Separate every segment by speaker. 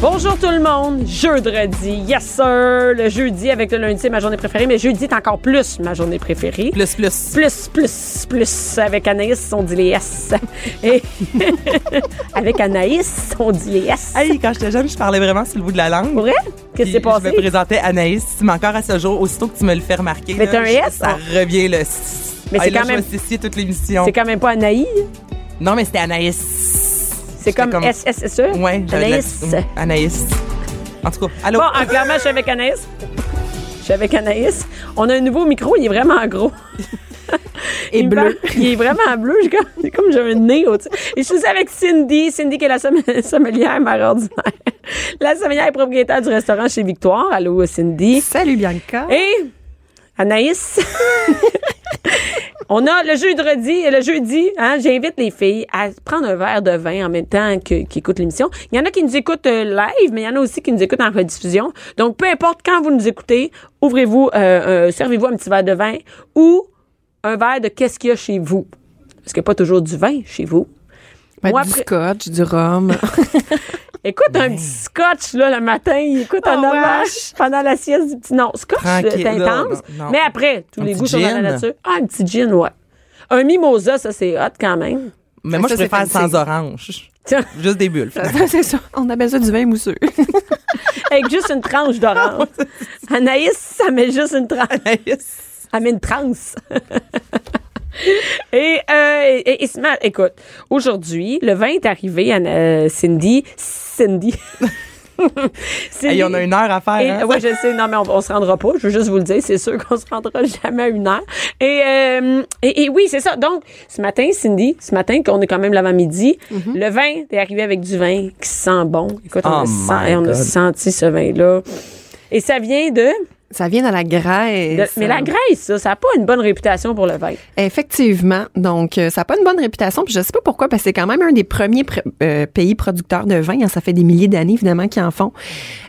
Speaker 1: Bonjour tout le monde, jeudi, yes sir, le jeudi avec le lundi c'est ma journée préférée, mais jeudi est encore plus ma journée préférée.
Speaker 2: Plus, plus.
Speaker 1: Plus, plus, plus, avec Anaïs, on dit les yes. Et avec Anaïs, on dit les yes.
Speaker 2: Hey, quand j'étais jeune, je parlais vraiment sur le bout de la langue.
Speaker 1: Pour vrai? Qu'est-ce
Speaker 2: Puis
Speaker 1: qui s'est
Speaker 2: Je
Speaker 1: passé?
Speaker 2: me présentais Anaïs, mais encore à ce jour, aussitôt que tu me le fais remarquer.
Speaker 1: Mais
Speaker 2: là,
Speaker 1: t'as un
Speaker 2: je-
Speaker 1: S,
Speaker 2: Ça
Speaker 1: hein?
Speaker 2: revient le s-
Speaker 1: Mais
Speaker 2: Ah,
Speaker 1: c'est
Speaker 2: là,
Speaker 1: quand
Speaker 2: je
Speaker 1: même-
Speaker 2: me suis scié toute l'émission.
Speaker 1: C'est quand même pas Anaïs,
Speaker 2: Non, mais c'était Anaïs.
Speaker 1: c'est comme,
Speaker 2: comme-
Speaker 1: SSSE.
Speaker 2: Ouais, j'avais de la-
Speaker 1: E? Anaïs.
Speaker 2: Mm, Anaïs. En tout cas, allô?
Speaker 1: Bon, en clairement, je suis avec Anaïs. Je suis avec Anaïs. On a un nouveau micro, il est vraiment gros.
Speaker 2: Et
Speaker 1: Il me
Speaker 2: bleu.
Speaker 1: parle- il est vraiment bleu. J'ai comme, j'ai comme j'ai un nez au-dessus. Et je suis avec Cindy. Cindy qui est la somm- sommelière mère ordinaire. La sommelière est propriétaire du restaurant chez Victoire. Allô, Cindy.
Speaker 3: Salut Bianca.
Speaker 1: Et Anaïs. On a le jeudi, le jeudi, hein, j'invite les filles à prendre un verre de vin en même temps que- qu'ils écoutent l'émission. Il y en a qui nous écoutent euh, live, mais il y en a aussi qui nous écoutent en rediffusion. Donc, peu importe quand vous nous écoutez, ouvrez-vous, euh, euh, servez-vous un petit verre de vin ou un verre de qu'est-ce qu'il y a chez vous. Parce qu'il n'y a pas toujours du vin chez vous.
Speaker 3: Ben,
Speaker 1: moi,
Speaker 3: du
Speaker 1: après-
Speaker 3: scotch, du rhum.
Speaker 1: Écoute un
Speaker 2: Mm.
Speaker 1: petit scotch là, le matin, écoute en
Speaker 3: Oh,
Speaker 1: hommage
Speaker 3: wesh.
Speaker 1: pendant la sieste du petit. Non, scotch,
Speaker 2: Ah Tranquille,
Speaker 1: c'est intense.
Speaker 2: non, non, non.
Speaker 1: Mais après, tous
Speaker 2: Un
Speaker 1: les
Speaker 2: petit
Speaker 1: goûts sont dans la
Speaker 2: gin.
Speaker 1: nature. Ah, un petit gin, ouais. Un mimosa, ça c'est hot quand même.
Speaker 2: mais moi,
Speaker 3: Ça,
Speaker 2: je
Speaker 3: c'est
Speaker 2: préfère
Speaker 3: fancy.
Speaker 2: sans orange.
Speaker 1: Tiens,
Speaker 2: Juste des bulles. finalement.
Speaker 3: Ça, c'est ça. On appelle ça du vin mousseux.
Speaker 1: avec juste une tranche
Speaker 2: Ah,
Speaker 1: d'orange. Anaïs, ça met juste une tranche.
Speaker 2: Anaïs.
Speaker 1: Elle met une transe. Et, euh, et- et ce ma- écoute, aujourd'hui, le vin est arrivé, Anna- euh, Cindy. Cindy. Cindy.
Speaker 2: Hey, on a une heure à faire.
Speaker 1: Et-
Speaker 2: hein?
Speaker 1: ouais, je sais. Non, mais on, on se rendra pas. Je veux juste vous le dire. C'est sûr qu'on se rendra jamais à une heure. Et, euh, et, et oui, c'est ça. Donc, ce matin, Cindy, ce matin, qu'on est quand même l'avant-midi, le vin, t'es arrivé avec du vin qui sent bon. Écoute, on,
Speaker 2: Oh
Speaker 1: a, sen-
Speaker 2: my
Speaker 1: on a
Speaker 2: God.
Speaker 1: senti ce vin-là. Et ça vient de...
Speaker 3: Ça vient de la Grèce.
Speaker 1: de- mais la Grèce, ça, ça n'a pas une bonne réputation pour le vin.
Speaker 3: Effectivement. Donc, euh, ça n'a pas une bonne réputation. Puis je sais pas pourquoi, parce que c'est quand même un des premiers pr- euh, pays producteurs de vin. hein. Ça fait des milliers d'années, évidemment, qu'ils en font.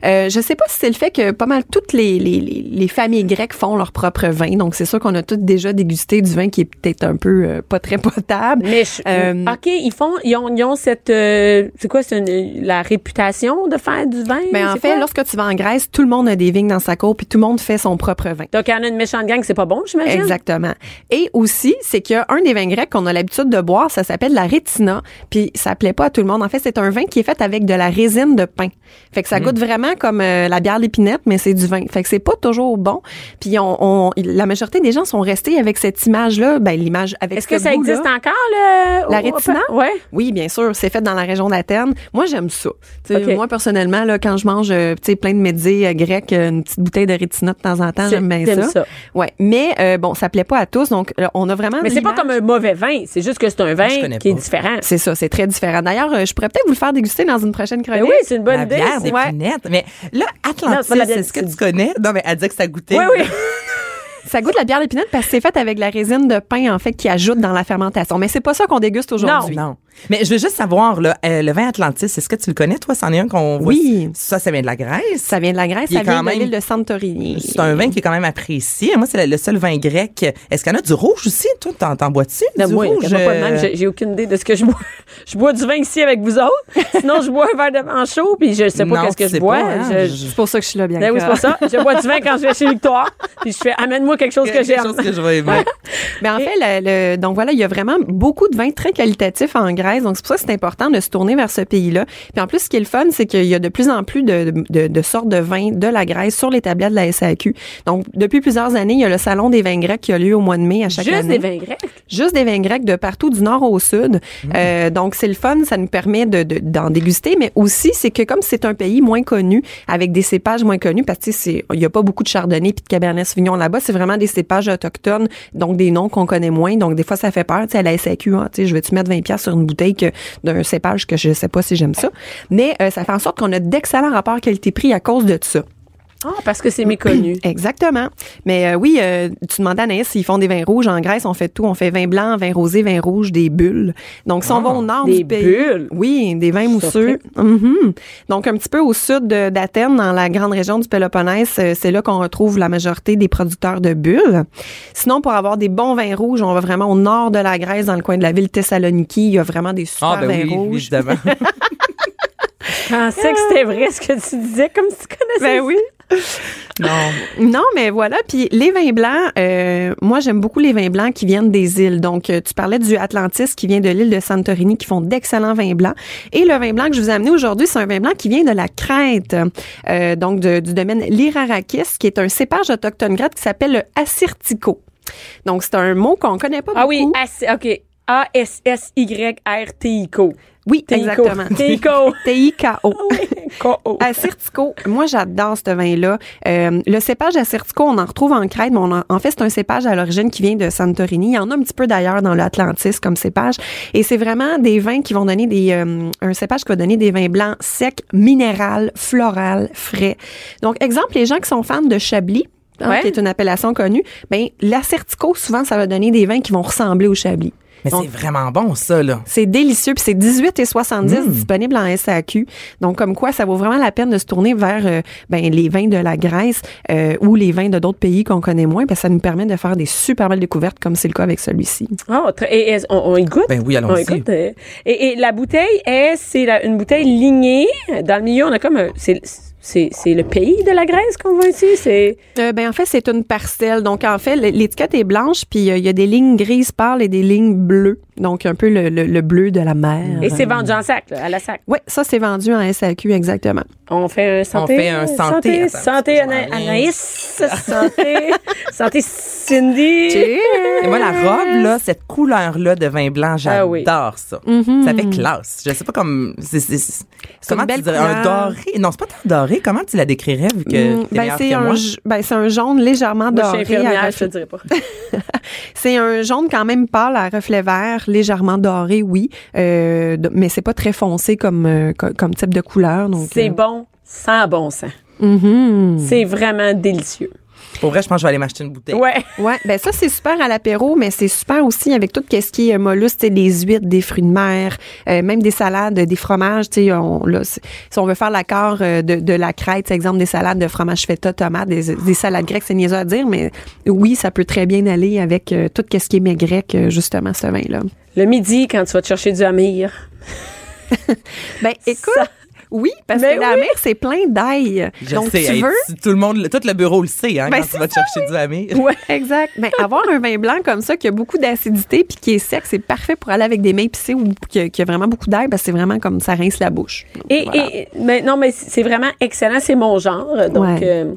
Speaker 3: Euh, je sais pas si c'est le fait que pas mal toutes les, les, les, les familles grecques font leur propre vin. Donc, c'est sûr qu'on a toutes déjà dégusté du vin qui est peut-être un peu euh, pas très potable.
Speaker 1: Mais je-
Speaker 3: Euh,
Speaker 1: OK, ils font... Ils ont, ils ont cette... euh, c'est quoi, c'est une- la réputation de faire du vin?
Speaker 3: Mais Ben, en
Speaker 1: C'est
Speaker 3: fait,
Speaker 1: quoi?
Speaker 3: lorsque tu vas en Grèce, tout le monde a des vignes dans sa cour, puis tout le monde fait son propre vin.
Speaker 1: Donc, il y en a une méchante gang, c'est pas bon, j'imagine?
Speaker 3: Exactement. Et aussi, c'est qu'il y a un des vins grecs qu'on a l'habitude de boire, ça s'appelle la rétina, puis ça plaît pas à tout le monde. En fait, c'est un vin qui est fait avec de la résine de pin. Fait que
Speaker 1: Mm.
Speaker 3: ça goûte vraiment comme euh, la bière d'épinette, mais c'est du vin. Fait que c'est pas toujours bon. Puis on, on- la majorité des gens sont restés avec cette image-là, ben l'image avec
Speaker 1: Est-ce que
Speaker 3: ce
Speaker 1: ça
Speaker 3: goût-là.
Speaker 1: existe encore, le...
Speaker 3: La
Speaker 1: au- au-
Speaker 3: rétina?
Speaker 1: Ouais.
Speaker 3: Oui, bien sûr, c'est fait dans la région d'Athènes. Moi, j'aime ça. Tu sais,
Speaker 1: Ok.
Speaker 3: Moi, personnellement, là, quand je mange euh, tu sais, plein de médis euh, grecs, euh, une petite bouteille de rétina de temps en temps,
Speaker 1: C'est-
Speaker 3: j'aime bien
Speaker 1: t'aimes
Speaker 3: ça.
Speaker 1: ça.
Speaker 3: Ouais, mais euh, bon, ça plaît pas à tous, donc euh, on a vraiment.
Speaker 1: Mais c'est pas
Speaker 3: l'image-
Speaker 1: comme un mauvais vin, c'est juste que c'est un
Speaker 2: Je
Speaker 1: vin
Speaker 2: connais
Speaker 1: qui est
Speaker 2: pas.
Speaker 1: différent.
Speaker 3: C'est ça, c'est très différent. D'ailleurs, euh, je pourrais peut-être vous le faire déguster dans une prochaine
Speaker 1: Mais
Speaker 3: chronique.
Speaker 1: Ben oui, c'est une bonne
Speaker 2: la
Speaker 1: idée.
Speaker 2: bière
Speaker 1: c'est-
Speaker 2: des pinettes. Mais là,
Speaker 1: Non,
Speaker 2: Atlantis,
Speaker 1: c'est pas la bière
Speaker 2: est-ce que
Speaker 1: des
Speaker 2: tu connais? Non, mais elle dit que ça goûtait.
Speaker 1: Oui, oui.
Speaker 3: Ça goûte la bière d'épinette parce que c'est fait avec la résine de pain en fait qui ajoute dans la fermentation. Mais c'est pas ça qu'on déguste aujourd'hui.
Speaker 2: Oh, Non. Mais je veux juste savoir, là, euh, le vin Atlantis, est-ce que tu le connais, toi? C'en est un qu'on voit.
Speaker 3: Oui.
Speaker 2: Ça, ça vient de la Grèce.
Speaker 3: Ça vient de la Grèce,
Speaker 2: Il est
Speaker 3: ça vient
Speaker 2: quand
Speaker 3: de
Speaker 2: même-
Speaker 3: l'île de Santorini.
Speaker 2: C'est un vin qui est quand même apprécié. Moi, c'est le- le seul vin grec. Est-ce qu'il y en a du rouge aussi? Toi, t'en, t'en bois-tu?
Speaker 1: Non,
Speaker 2: du
Speaker 1: moi,
Speaker 2: rouge?
Speaker 1: je pas de même,
Speaker 2: euh,
Speaker 1: j'ai j'ai aucune idée de ce que je bois. Je bois du vin ici avec vous autres. Sinon, je bois un verre de vin chaud, puis je sais
Speaker 2: Non,
Speaker 1: pas qu'est-ce que
Speaker 2: tu
Speaker 1: je
Speaker 2: sais
Speaker 1: bois.
Speaker 2: pas, hein,
Speaker 1: Je-
Speaker 2: je-
Speaker 3: C'est pour ça que Ah, je suis là, bien.
Speaker 1: Ben oui, c'est pas ça. Je bois du vin quand je vais chez Victoire, puis je fais amène-moi quelque chose que
Speaker 2: quelque
Speaker 1: j'aime.
Speaker 2: chose que je vais aimer.
Speaker 3: Mais Ben, en fait, le- le- donc voilà, il y a vraiment beaucoup de vins très qualitatifs en Grèce. Donc, c'est pour ça que c'est important de se tourner vers ce pays-là. Puis en plus, ce qui est le fun, c'est qu'il y a de plus en plus de, de- de sortes de vins de la Grèce sur les tablettes de la SAQ. Donc, depuis plusieurs années, il y a le Salon des vins grecs qui a lieu au mois de mai à chaque
Speaker 1: Juste
Speaker 3: année.
Speaker 1: des vins grecs.
Speaker 3: Juste des vins grecs de partout, du nord au sud. Euh, donc, c'est le fun, ça nous permet de- de- d'en déguster, mais aussi, c'est que comme c'est un pays moins connu, avec des cépages moins connus, parce que tu sais, c'est- il n'y a pas beaucoup de chardonnay puis de cabernet sauvignon là-bas, c'est vraiment des cépages autochtones, donc des noms qu'on connaît moins. Donc, des fois, ça fait peur, tu sais, à la SAQ, hein, tu sais, je vais-tu mettre 20$ sur une bouteille que- d'un cépage que je sais pas si j'aime ça. Mais euh, ça fait en sorte qu'on a d'excellents rapports qualité-prix à cause de ça.
Speaker 1: Ah, parce que c'est méconnu.
Speaker 3: Exactement. Mais euh, oui, euh, tu demandais à Anaïs s'ils font des vins rouges. En Grèce, on fait tout. On fait vin blanc, vin rosé, vin rouge, des bulles. Donc, si on va au nord
Speaker 1: Ah, des
Speaker 3: du pays...
Speaker 1: bulles?
Speaker 3: Oui, des vins mousseux. Mhm. Donc, un petit peu au sud de- d'Athènes, dans la grande région du Péloponnèse, euh, c'est là qu'on retrouve la majorité des producteurs de bulles. Sinon, pour avoir des bons vins rouges, on va vraiment au nord de la Grèce, dans le coin de la ville Thessaloniki. Il y a vraiment des super
Speaker 2: Ah, ben
Speaker 3: vins
Speaker 2: oui, oui,
Speaker 3: rouges.
Speaker 2: évidemment.
Speaker 1: Je pensais que c'était vrai ce que tu disais, comme si tu connaissais.
Speaker 3: Ben oui.
Speaker 2: non.
Speaker 3: Non, mais voilà. Puis les vins blancs, euh, moi j'aime beaucoup les vins blancs qui viennent des îles. Donc euh, tu parlais du Atlantis qui vient de l'île de Santorini, qui font d'excellents vins blancs. Et le vin blanc que je vous ai amené aujourd'hui, c'est un vin blanc qui vient de la Crète, euh, donc de- du domaine l'Irarakis, qui est un cépage autochtone grec qui s'appelle le Assyrtiko. Donc c'est un mot qu'on connaît pas
Speaker 1: Ah
Speaker 3: beaucoup.
Speaker 1: oui, as- OK. A-S-S-Y-R-T-I-C-O.
Speaker 3: oui,
Speaker 1: Teiko.
Speaker 3: exactement.
Speaker 1: Teiko.
Speaker 3: T-I-K-O.
Speaker 1: K-O.
Speaker 3: Assyrtiko, moi j'adore ce vin-là. Euh, le cépage Assyrtiko, on en retrouve en Crète, mais on en, en fait c'est un cépage à l'origine qui vient de Santorini. Il y en a un petit peu d'ailleurs dans l'Atlantis comme cépage. Et c'est vraiment des vins qui vont donner des... euh, un cépage qui va donner des vins blancs secs, minéral, floral, frais. Donc exemple, les gens qui sont fans de Chablis, hein,
Speaker 1: Ouais.
Speaker 3: qui est une appellation connue, ben l'Acertico, souvent ça va donner des vins qui vont ressembler au Chablis.
Speaker 2: Mais
Speaker 3: Donc,
Speaker 2: c'est vraiment bon, ça, là.
Speaker 3: c'est délicieux, puis c'est 18 et 70
Speaker 2: Mm.
Speaker 3: disponible en SAQ. Donc comme quoi ça vaut vraiment la peine de se tourner vers euh, ben, les vins de la Grèce euh, ou les vins de d'autres pays qu'on connaît moins, ben ça nous permet de faire des super belles découvertes comme c'est le cas avec celui-ci.
Speaker 1: Ah, très- et, et on, on y goûte?
Speaker 2: Ben oui, allons-y.
Speaker 1: On y goûte, euh, Et, et la bouteille est, c'est la- une bouteille lignée. Dans le milieu, on a comme un- c'est, c'est, c'est le pays de la Grèce qu'on voit ici. C'est,
Speaker 3: Euh, ben en fait c'est une parcelle. Donc en fait l- l'étiquette est blanche puis euh, il y a des lignes grises pâles et des lignes bleues. Donc un peu le, le- le bleu de la mer.
Speaker 1: et c'est vendu en sac, là, à la sac.
Speaker 3: Ouais, ça c'est vendu en SAQ exactement.
Speaker 1: On fait un santé.
Speaker 2: fait un santé.
Speaker 1: Santé,
Speaker 2: Attends,
Speaker 1: santé
Speaker 2: excuse-moi,
Speaker 1: Ana-
Speaker 2: Alain.
Speaker 1: Anaïs. santé. Santé Cindy.
Speaker 3: Mm.
Speaker 2: Et moi, la robe, là, cette couleur-là de vin blanc,
Speaker 1: Ah
Speaker 2: j'adore
Speaker 1: oui.
Speaker 2: ça. Ça fait classe. Je sais pas comme. c'est- c'est- c'est- comment
Speaker 3: Mm-hmm. belle
Speaker 2: tu dirais? Un
Speaker 3: couleur.
Speaker 2: doré. Non, c'est pas tant doré. Comment tu la décrirais vu que
Speaker 3: Mm,
Speaker 2: t'es
Speaker 3: ben,
Speaker 2: meilleure
Speaker 3: c'est
Speaker 2: que
Speaker 3: un
Speaker 2: moi?
Speaker 3: j- ben, c'est un jaune légèrement
Speaker 1: Moi, je
Speaker 3: doré.
Speaker 1: suis
Speaker 3: à
Speaker 1: infirmière, je te
Speaker 3: reflet-
Speaker 1: le dirai pas.
Speaker 3: C'est un jaune quand même pâle à reflet vert, légèrement doré, oui, euh, d- mais c'est pas très foncé comme euh, co- comme type de couleur. Donc
Speaker 1: C'est
Speaker 3: euh,
Speaker 1: bon, sans bon sens.
Speaker 3: mhm.
Speaker 1: C'est vraiment délicieux.
Speaker 2: Pour vrai, je pense que je vais aller m'acheter une bouteille.
Speaker 1: Ouais.
Speaker 3: Ouais, ben ça c'est super à l'apéro, mais c'est super aussi avec tout ce qui est euh, mollusque, tu sais, des huîtres, des fruits de mer, euh, même des salades, des fromages. Tu sais, on, là, c'est- si on veut faire l'accord euh, de, de la crête, c'est exemple des salades de fromage feta, tomate, des, des salades grecques, c'est niaiseux à dire, mais oui, ça peut très bien aller avec euh, tout ce qui est mets grec, euh, justement ce vin-là.
Speaker 1: Le midi, quand tu vas te chercher du amir.
Speaker 3: Ben écoute. Oui, parce
Speaker 1: Ben
Speaker 3: que la
Speaker 1: oui.
Speaker 3: mer, c'est plein d'ail.
Speaker 2: Je
Speaker 3: Donc,
Speaker 2: sais,
Speaker 3: tu
Speaker 2: hey,
Speaker 3: veux.
Speaker 2: tu- tout le monde, le- tout le bureau le sait, hein,
Speaker 3: Ben,
Speaker 2: quand tu
Speaker 3: c'est
Speaker 2: vas te chercher du amir.
Speaker 3: Ouais, exact. Mais avoir un vin blanc comme ça qui a beaucoup d'acidité puis qui est sec, c'est parfait pour aller avec des mains épicées ou qui a, qui a vraiment beaucoup d'ail parce que c'est vraiment comme ça rince la bouche. Donc,
Speaker 1: Et,
Speaker 3: voilà.
Speaker 1: et- mais non, mais c'est vraiment excellent. C'est mon genre. Donc,
Speaker 3: Ouais.
Speaker 1: euh,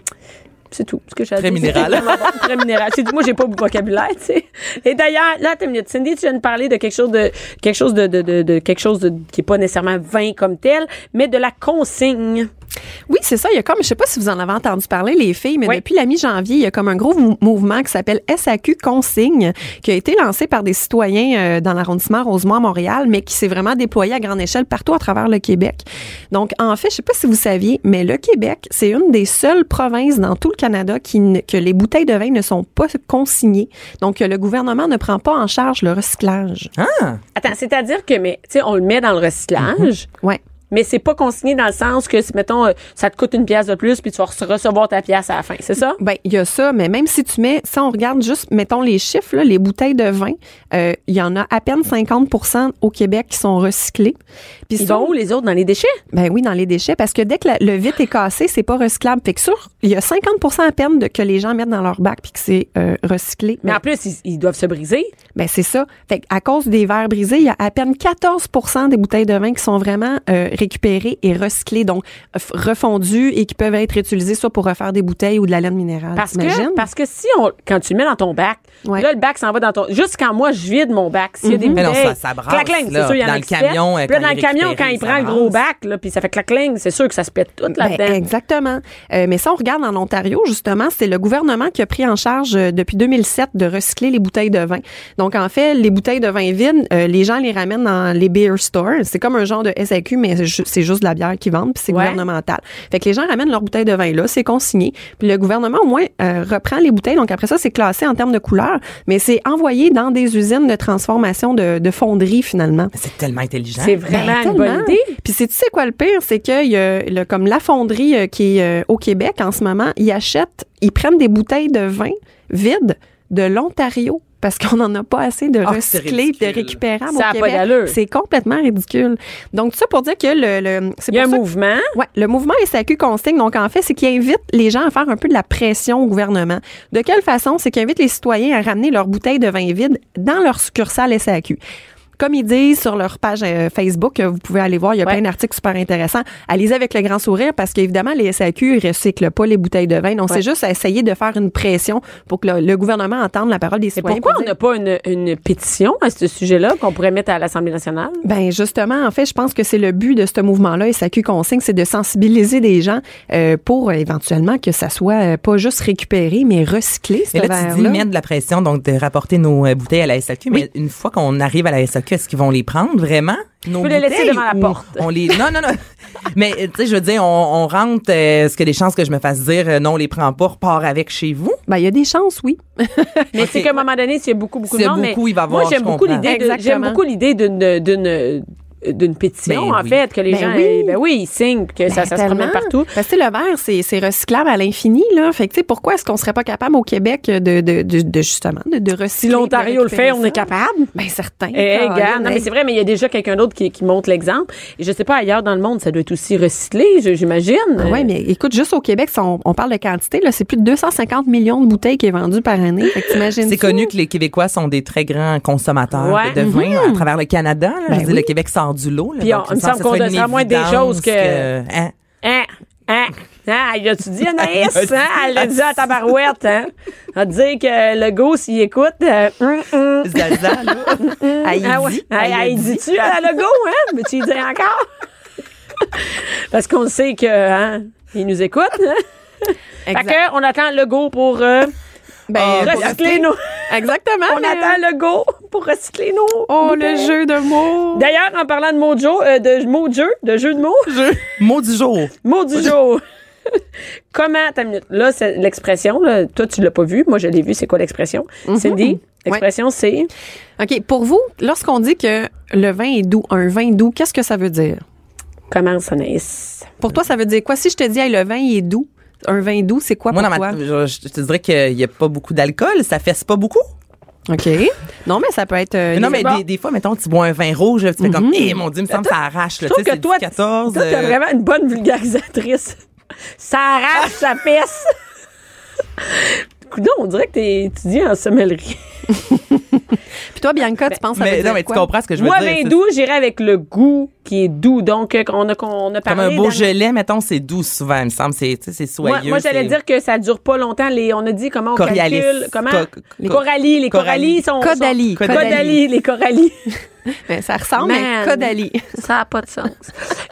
Speaker 1: c'est tout ce que j'ai à
Speaker 2: Très
Speaker 1: dire.
Speaker 2: minéral.
Speaker 1: C'est vraiment bon, Très minéral. C'est tout. Moi, j'ai pas beaucoup de vocabulaire, tu sais. Et d'ailleurs, là, t'as une minute. Cindy, tu viens de parler de quelque chose de, quelque chose de, de, de, de- quelque chose de- qui est pas nécessairement vain comme tel, mais de la consigne.
Speaker 3: Oui, c'est ça. Il y a comme, je sais pas si vous en avez entendu parler, les filles, mais
Speaker 1: Oui.
Speaker 3: depuis la mi-janvier, il y a comme un gros mou- mouvement qui s'appelle SAQ Consigne, qui a été lancé par des citoyens euh, dans l'arrondissement Rosemont à Montréal, mais qui s'est vraiment déployé à grande échelle partout à travers le Québec. Donc, en fait, je sais pas si vous saviez, mais le Québec, c'est une des seules provinces dans tout le Canada qui ne- que les bouteilles de vin ne sont pas consignées. Donc, euh, le gouvernement ne prend pas en charge le recyclage.
Speaker 2: Ah!
Speaker 1: Attends, c'est-à-dire que, mais, tu sais, on le met dans le recyclage.
Speaker 3: Ouais.
Speaker 1: Mais c'est pas consigné dans le sens que, si, mettons, euh, ça te coûte une pièce de plus, puis tu vas re- recevoir ta pièce à la fin, c'est ça?
Speaker 3: Ben, il y a ça, mais même si tu mets, si on regarde juste, mettons les chiffres, là, les bouteilles de vin, euh, il y en a à peine 50 au Québec qui sont recyclées. Puis
Speaker 1: Ils
Speaker 3: sur-
Speaker 1: vont où les autres dans les déchets?
Speaker 3: Ben oui, dans les déchets, parce que dès que la- le vitre est cassé, c'est pas recyclable. Fait que sur, il y a 50 à peine de, que les gens mettent dans leur bac puis que c'est euh, recyclé.
Speaker 1: Mais en plus, ils, ils doivent se briser.
Speaker 3: Ben c'est ça. Fait à cause des verres brisés, il y a à peine 14 des bouteilles de vin qui sont vraiment euh, récupérées et recyclées, donc f- refondues et qui peuvent être utilisées soit pour refaire des bouteilles ou de la laine minérale.
Speaker 1: Parce
Speaker 3: t'imagines?
Speaker 1: que, parce que si on, quand tu le mets dans ton bac,
Speaker 3: Ouais. Mhm.
Speaker 1: là, le bac s'en va dans ton, juste quand moi, je vide mon bac, s'il y a des
Speaker 2: Mais non,
Speaker 1: bouteilles,
Speaker 2: ça- ça brasse,
Speaker 1: clac-clang,
Speaker 2: là.
Speaker 1: c'est sûr, il y en
Speaker 2: Dans
Speaker 1: a
Speaker 2: le
Speaker 1: qui se pètent. Puis
Speaker 2: camion, euh,
Speaker 1: là,
Speaker 2: quand
Speaker 1: dans
Speaker 2: il
Speaker 1: le
Speaker 2: est
Speaker 1: camion,
Speaker 2: récupéré,
Speaker 1: quand il
Speaker 2: ça
Speaker 1: prend le gros
Speaker 2: brasse.
Speaker 1: bac, là, puis ça fait clac-clang, c'est sûr que ça se pète tout
Speaker 3: Ben,
Speaker 1: là-dedans.
Speaker 3: exactement. Euh, mais si on regarde en Ontario, justement, c'est le gouvernement qui a pris en charge euh, depuis 2007 de recycler les bouteilles de vin. Donc, en fait, les bouteilles de vin vides, euh, les gens les ramènent dans les beer stores. C'est comme un genre de SAQ, mais ju- c'est juste de la bière qu'ils vendent, puis c'est
Speaker 1: Ouais.
Speaker 3: gouvernemental. Fait que les gens ramènent leur bouteille de vin là, c'est consigné, puis le gouvernement au moins euh, reprend les bouteilles. Donc après ça, c'est classé en termes de couleur, mais c'est envoyé dans des usines de transformation de, de fonderie finalement.
Speaker 2: Mais C'est tellement intelligent.
Speaker 1: C'est vraiment
Speaker 3: Ben,
Speaker 1: une bonne
Speaker 3: tellement.
Speaker 1: idée.
Speaker 3: Puis c'est tu sais quoi le pire, c'est que y a le- comme la fonderie euh, qui est euh, au Québec en ce moment, ils achètent, ils prennent des bouteilles de vin vides de l'Ontario parce qu'on n'en a pas assez de
Speaker 2: Ah, c'est
Speaker 3: recyclés, de
Speaker 2: ridicule.
Speaker 3: récupérables
Speaker 1: Ça a
Speaker 3: au
Speaker 1: pas
Speaker 3: Québec.
Speaker 1: d'allure.
Speaker 3: c'est complètement ridicule. Donc tout ça pour dire que le, le c'est
Speaker 1: Il y a un
Speaker 3: pour ça que-
Speaker 1: mouvement.
Speaker 3: Ouais, le mouvement SAQ consigne, donc en fait, c'est qu'il invite les gens à faire un peu de la pression au gouvernement. De quelle façon? C'est qu'il invite les citoyens à ramener leurs bouteilles de vin vide dans leur succursale SAQ. Comme ils disent sur leur page euh, Facebook, euh, vous pouvez aller voir, il y a
Speaker 1: Ouais.
Speaker 3: plein d'articles super intéressants. Allez-y avec le grand sourire parce qu'évidemment, les SAQ ne recyclent pas les bouteilles de vin. Donc, c'est juste à essayer de faire une pression pour que le, le gouvernement entende la parole des
Speaker 1: Mais
Speaker 3: citoyens.
Speaker 1: pourquoi
Speaker 3: pour
Speaker 1: on
Speaker 3: dire-
Speaker 1: n'a pas une, une pétition à ce sujet-là qu'on pourrait mettre à l'Assemblée nationale?
Speaker 3: Ben justement, en fait, je pense que c'est le but de ce mouvement-là, SAQ Consigne, c'est de sensibiliser des gens euh, pour euh, éventuellement que ça soit euh, pas juste récupéré, mais recyclé, ce
Speaker 2: Mais là, tu dis
Speaker 3: verre-là.
Speaker 2: mettre de la pression, donc de rapporter nos euh, bouteilles à la SAQ. Mais une fois qu'on arrive à la SAQ, est-ce qu'ils vont les prendre vraiment? Nos
Speaker 1: peux les laisser
Speaker 2: bouteilles,
Speaker 1: devant la
Speaker 2: ou
Speaker 1: porte.
Speaker 2: On les... Non, non, non. mais euh, tu sais, je veux dire, on, on rentre, euh, est-ce que les chances que je me fasse dire euh, non, on les prend pas, repart avec chez vous?
Speaker 3: Ben, il y a des chances, oui.
Speaker 1: Mais
Speaker 2: Ok.
Speaker 1: c'est qu'à un moment donné, s'il y a beaucoup, beaucoup de
Speaker 2: S'il y a
Speaker 1: monde, mais
Speaker 2: beaucoup, il va y avoir,
Speaker 1: moi, j'aime
Speaker 2: je
Speaker 1: beaucoup
Speaker 2: comprends.
Speaker 1: l'idée de-
Speaker 3: Exactement.
Speaker 1: j'aime beaucoup l'idée d'une, d'une, d'une pétition,
Speaker 2: Ben
Speaker 1: en
Speaker 2: oui.
Speaker 1: fait, que les
Speaker 3: Ben
Speaker 1: gens,
Speaker 3: oui.
Speaker 1: ben oui, ils signent, que ça, ça
Speaker 3: Ben,
Speaker 1: se
Speaker 3: tellement.
Speaker 1: promène partout.
Speaker 3: Parce que le verre, c'est c'est recyclable à l'infini, là. Fait que, tu sais, pourquoi est-ce qu'on serait pas capable au Québec de, de, de, de justement de, de recycler
Speaker 1: Si l'Ontario
Speaker 3: de
Speaker 1: le fait, on
Speaker 3: récupérer
Speaker 1: est
Speaker 3: ça?
Speaker 1: capable.
Speaker 3: Ben certain.
Speaker 1: Eh, hey, regarde, non,
Speaker 3: Caroline,
Speaker 1: mais c'est vrai, mais il y a déjà quelqu'un d'autre qui, qui montre l'exemple. Et je sais pas, ailleurs dans le monde, ça doit être aussi recyclé, je- j'imagine.
Speaker 3: Ah ouais, mais écoute, juste au Québec, si on, on parle de quantité, là, c'est plus de 250 millions de bouteilles qui est vendues par année. Fait que t'imagines
Speaker 2: C'est
Speaker 3: ça?
Speaker 2: connu que les Québécois sont des très grands consommateurs
Speaker 1: Ouais. Mm-hmm.
Speaker 2: de vin à travers le Canada. là. je
Speaker 3: Ben
Speaker 2: veux dire,
Speaker 3: oui.
Speaker 2: le Québec sort du lot. Là,
Speaker 1: Puis on-
Speaker 2: Donc,
Speaker 1: il me
Speaker 2: me semble
Speaker 1: semble
Speaker 2: que
Speaker 1: qu'on
Speaker 2: ce serait une
Speaker 1: devrait moins des
Speaker 2: évidence
Speaker 1: choses que-
Speaker 2: hein.
Speaker 1: Hein? Hein? Hein? Il a-tu dit Anaïs?
Speaker 2: Elle a dit-
Speaker 1: hein? Elle l'a dit à ta barouette, hein? Elle a dit que le go, s'il écoute, euh, hum, hum.
Speaker 2: Zaza, là.
Speaker 3: Ah, il
Speaker 1: Ah ouais.
Speaker 3: dit,
Speaker 1: Elle-
Speaker 3: ah, il
Speaker 1: elle
Speaker 3: dit.
Speaker 1: dit-tu à la logo, hein? Mais tu y dis encore? Parce qu'on sait que, hein, il nous écoute, hein? Fait
Speaker 3: Exact.
Speaker 1: que, on attend le go pour euh,
Speaker 3: Ben,
Speaker 2: Ah,
Speaker 3: pour-
Speaker 1: recycler nos.
Speaker 3: Exactement.
Speaker 1: On
Speaker 3: mais-
Speaker 1: attend le go pour recycler nos.
Speaker 3: Oh, le
Speaker 1: bouteilles.
Speaker 3: jeu de mots.
Speaker 1: D'ailleurs, en parlant de mots de jeu, euh, de mots de jeu, de jeu de mots,
Speaker 2: Mot du jour.
Speaker 1: mot du jour. Comment, ta minute, là, c'est l'expression, là, toi, tu l'as pas vu, moi, je l'ai vu, c'est quoi l'expression?
Speaker 3: Mm-hmm.
Speaker 1: Cindy, l'expression, c'est.
Speaker 3: OK, pour vous, lorsqu'on dit que le vin est doux, un vin doux, qu'est-ce que ça veut dire?
Speaker 1: Commence, Anaïs.
Speaker 3: Pour toi, ça veut dire quoi? Si je te dis, hey, le vin, il est doux, un vin doux, c'est quoi
Speaker 2: Moi, dans
Speaker 3: pour
Speaker 2: ma, je,
Speaker 3: toi?
Speaker 2: je te dirais qu'il n'y a pas beaucoup d'alcool. Ça fesse pas beaucoup.
Speaker 1: Euh,
Speaker 3: OK. Non, mais ça peut être... euh,
Speaker 2: Mais non,
Speaker 3: des-
Speaker 2: mais des, des fois, mettons, tu bois un vin rouge, là, tu fais comme, eh mon Dieu, il me semble que ça arrache. Là,
Speaker 1: Mm-hmm. Je trouve
Speaker 2: Tu
Speaker 1: que
Speaker 2: sais, c'est
Speaker 1: toi,
Speaker 2: du 14.
Speaker 1: toi, t'es
Speaker 2: euh,
Speaker 1: vraiment une bonne vulgarisatrice. Ça arrache, ça pisse. Coudon, on dirait que t'es étudiant en sommellerie.
Speaker 3: Puis toi, Bianca, tu penses que ça veut
Speaker 2: mais,
Speaker 3: dire
Speaker 2: non, mais tu
Speaker 3: quoi?
Speaker 2: comprends ce que je veux
Speaker 1: Moi,
Speaker 2: dire.
Speaker 1: vin
Speaker 2: c'est-
Speaker 1: doux, j'irais avec le goût qui est doux. Donc, euh, on a, on a
Speaker 2: Comme
Speaker 1: parlé...
Speaker 2: un beau
Speaker 1: dans-
Speaker 2: gelé, mettons, c'est doux souvent, il me semble. C'est, tu sais, c'est soyeux.
Speaker 1: Moi, moi, j'allais
Speaker 2: c'est-
Speaker 1: dire que ça dure pas longtemps. Les, on a dit comment on
Speaker 2: Coriolis.
Speaker 1: calcule. Comment?
Speaker 2: Co-
Speaker 1: les
Speaker 2: co-
Speaker 1: coralies. Les coralies
Speaker 2: Coralie.
Speaker 1: sont...
Speaker 3: Caudalie,
Speaker 1: sont-
Speaker 2: caudalie.
Speaker 1: Caudalie, les coralies.
Speaker 3: Mais Ben, ça ressemble à
Speaker 1: Man.
Speaker 3: Caudalie.
Speaker 1: Ça n'a pas de sens.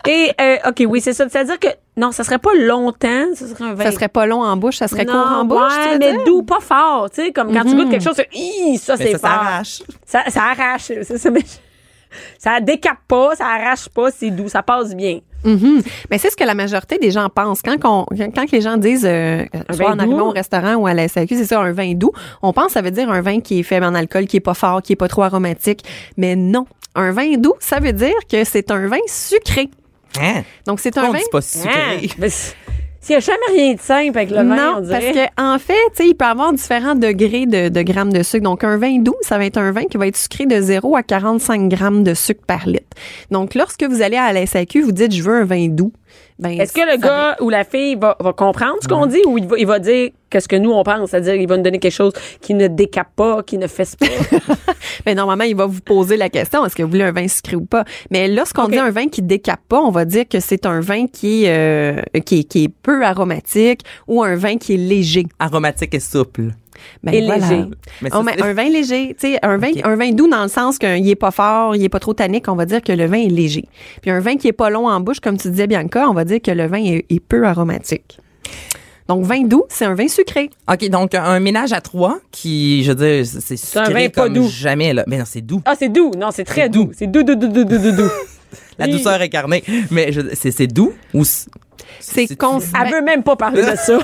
Speaker 1: Et, euh, OK, oui, c'est ça. C'est-à-dire que, non, ça serait pas longtemps. Ça serait un vin
Speaker 3: Ça serait pas long en bouche, ça serait
Speaker 1: Ben, Non,
Speaker 3: court en bouche,
Speaker 1: ouais,
Speaker 3: tu veux
Speaker 1: mais
Speaker 3: dire? Mm-hmm.
Speaker 1: doux, pas fort. Tu sais, comme quand tu goûtes quelque chose, tu fais, Hi, ça,
Speaker 2: Mais
Speaker 1: c'est
Speaker 2: ça,
Speaker 1: fort.
Speaker 2: ça arrache.
Speaker 1: Ça, ça arrache. c'est ça, mais je- ça décape pas, ça arrache pas, c'est doux, ça passe bien.
Speaker 3: Mhm. Mais c'est ce que la majorité des gens pensent. Quand, qu'on- quand, quand les gens disent, euh, soit
Speaker 1: vin
Speaker 3: en arrivant
Speaker 1: doux.
Speaker 3: au restaurant ou à la SAQ, c'est ça, un vin doux, on pense que ça veut dire un vin qui est faible en alcool, qui est pas fort, qui est pas trop aromatique. Mais non. Un vin doux, ça veut dire que c'est un vin sucré.
Speaker 2: Hein?
Speaker 3: Donc, c'est
Speaker 2: Pourquoi
Speaker 3: un
Speaker 2: on
Speaker 3: vin.
Speaker 2: dit pas sucré?
Speaker 1: Hein? Mais c'est- S'il n'y a jamais rien de simple avec le vin, on
Speaker 3: Non, parce
Speaker 1: dirait.
Speaker 3: que en fait, tu sais, il peut avoir différents degrés de, de grammes de sucre. Donc, un vin doux, ça va être un vin qui va être sucré de 0 à 45 grammes de sucre par litre. Donc, lorsque vous allez à la SAQ, vous dites, je veux un vin doux. Ben,
Speaker 1: Est-ce que
Speaker 3: ça
Speaker 1: le
Speaker 3: va-
Speaker 1: gars ou la fille va, va comprendre ce qu'on dit ou il va, il va dire qu'est-ce que nous on pense? C'est-à-dire, il va nous donner quelque chose qui ne décape pas, qui ne fesse pas.
Speaker 3: Mais Ben, normalement, il va vous poser la question est-ce que vous voulez un vin sucré ou pas Mais lorsqu'on dit un vin qui décape pas, on va dire que c'est un vin qui est, euh, qui, est- qui est peu aromatique ou un vin qui est léger.
Speaker 2: Aromatique et souple.
Speaker 3: Ben,
Speaker 1: Et léger.
Speaker 2: Mais
Speaker 3: Oh,
Speaker 2: ça,
Speaker 3: mais
Speaker 2: c'est-
Speaker 3: un vin léger, tu sais, un vin,
Speaker 2: Ok.
Speaker 3: un vin doux dans le sens qu'il est pas fort, il est pas trop tannique, on va dire que le vin est léger. Puis un vin qui est pas long en bouche, comme tu disais Bianca, on va dire que le vin est, est peu aromatique. Donc vin doux, c'est un vin sucré.
Speaker 2: OK, donc un ménage à trois qui, je veux dire, c'est
Speaker 1: un vin
Speaker 2: sucré
Speaker 1: pas
Speaker 2: comme
Speaker 1: doux.
Speaker 2: jamais. Là. Mais non, c'est doux.
Speaker 1: ah, c'est doux. Non, c'est très
Speaker 2: C'est
Speaker 1: doux.
Speaker 2: doux.
Speaker 1: C'est doux, doux, doux, doux, doux, doux.
Speaker 2: La douceur incarnée. Mais je- c'est c'est doux ou c'est-
Speaker 3: C'est con.
Speaker 2: Non,
Speaker 1: Elle veut même pas parler de Ben, ça.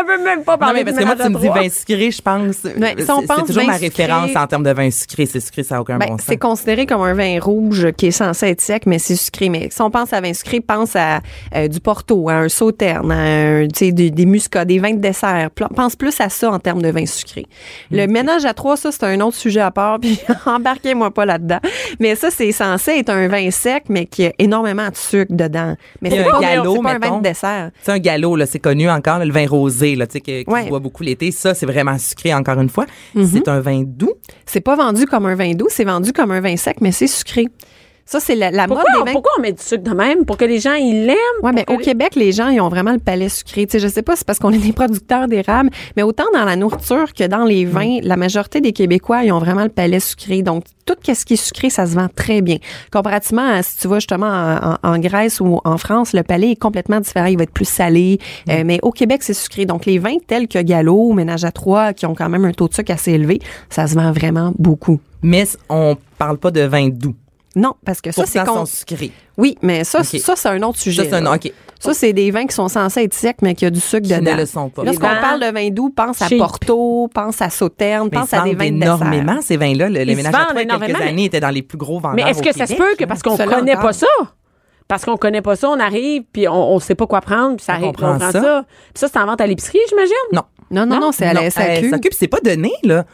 Speaker 1: Elle veut même pas parler de
Speaker 2: mais parce que moi, tu me dis
Speaker 1: ménage à
Speaker 2: vin sucré, je pense.
Speaker 3: Ouais, si
Speaker 2: c'est
Speaker 3: on
Speaker 2: c'est
Speaker 3: pense
Speaker 2: toujours ma
Speaker 3: vin sucré-
Speaker 2: référence en termes de vin sucré. C'est sucré, ça n'a aucun
Speaker 3: Ben,
Speaker 2: bon sens.
Speaker 3: c'est considéré comme un vin rouge qui est censé être sec, mais c'est sucré. Mais si on pense à vin sucré, pense à euh, du porto, à un sauterne, à un, tu sais, des, des muscats, des vins de dessert. Pl- Pense plus à ça en termes de vin sucré. Le ménage à trois, ça, c'est un autre sujet à part, puis embarquez-moi pas là-dedans. Mais ça, c'est censé être un vin sec, mais qui a énormément de sucre dedans. Mais
Speaker 2: Il y a
Speaker 3: c'est
Speaker 2: un
Speaker 3: pas,
Speaker 2: galop,
Speaker 3: c'est pas un vin
Speaker 2: mettons.
Speaker 3: de dessert.
Speaker 2: C'est un galop, là, c'est connu encore, là, le vin rosé, là, tu sais, que- qu'on
Speaker 3: Ouais. Mm-hmm.
Speaker 2: boit beaucoup l'été. Ça, c'est vraiment sucré, encore une fois. C'est un vin doux.
Speaker 3: C'est pas vendu comme un vin doux, c'est vendu comme un vin sec, mais c'est sucré. Ça, c'est la, la mode
Speaker 1: Pourquoi,
Speaker 3: des
Speaker 1: on-
Speaker 3: vins.
Speaker 1: pourquoi on met du sucre de même? Pour que les gens, ils l'aiment?
Speaker 3: Ouais, mais
Speaker 1: Pour
Speaker 3: au
Speaker 1: que-
Speaker 3: Québec, les gens, ils ont vraiment le palais sucré. Tu sais, je sais pas, c'est parce qu'on est des producteurs d'érable, mais autant dans la nourriture que dans les
Speaker 2: Mm.
Speaker 3: vins, la majorité des Québécois, ils ont vraiment le palais sucré. Donc, tout ce qui est sucré, ça se vend très bien. Comparativement à, si tu vas justement en, en- en Grèce ou en France, le palais est complètement différent. Il va être plus salé.
Speaker 2: Mm.
Speaker 3: Euh, mais au Québec, c'est sucré. Donc, les vins tels que Gallo, Ménage à trois, qui ont quand même un taux de sucre assez élevé, ça se vend vraiment beaucoup.
Speaker 2: Mais c- on parle pas de vin doux.
Speaker 3: Non, parce que ça, c'est
Speaker 2: Pourtant,
Speaker 3: con.
Speaker 2: sont sucrés.
Speaker 3: Oui, mais ça,
Speaker 2: Ok.
Speaker 3: ça c'est un autre sujet.
Speaker 2: Ça, c'est un,
Speaker 3: là.
Speaker 2: OK.
Speaker 3: Ça, c'est des vins qui sont censés être secs, mais qui a du sucre
Speaker 2: Qui ne
Speaker 3: dedans.
Speaker 2: le sont pas.
Speaker 3: Lorsqu'on
Speaker 1: Les vins
Speaker 3: parle de vin doux, pense à
Speaker 1: cheap.
Speaker 3: Porto, pense à Sauterne,
Speaker 2: Mais ils
Speaker 3: pense
Speaker 2: se
Speaker 3: à des
Speaker 2: vendent
Speaker 3: vins de
Speaker 2: énormément,
Speaker 3: dessert.
Speaker 2: ces vins-là. Le, les
Speaker 1: se
Speaker 2: ménages à
Speaker 1: vendent
Speaker 2: trois, il y a quelques
Speaker 1: énormément.
Speaker 2: années, étaient dans les plus gros vendeurs
Speaker 1: Mais est-ce
Speaker 2: au
Speaker 1: que ça se
Speaker 2: Québec,
Speaker 1: peut que
Speaker 2: là?
Speaker 1: parce qu'on
Speaker 3: Cela
Speaker 1: connaît
Speaker 3: encore.
Speaker 1: pas ça? Parce qu'on connaît pas ça, on arrive, puis on, on sait pas quoi prendre, puis ça
Speaker 2: On
Speaker 1: arrive, puis
Speaker 2: comprend
Speaker 1: on prend
Speaker 2: ça.
Speaker 1: ça. Puis ça, c'est en vente à l'épicerie, j'imagine?
Speaker 2: Non.
Speaker 3: Non, non, non, c'est à
Speaker 2: Non,
Speaker 3: la
Speaker 2: euh,
Speaker 3: SAQ.
Speaker 2: SAQ, puis c'est pas donné, là.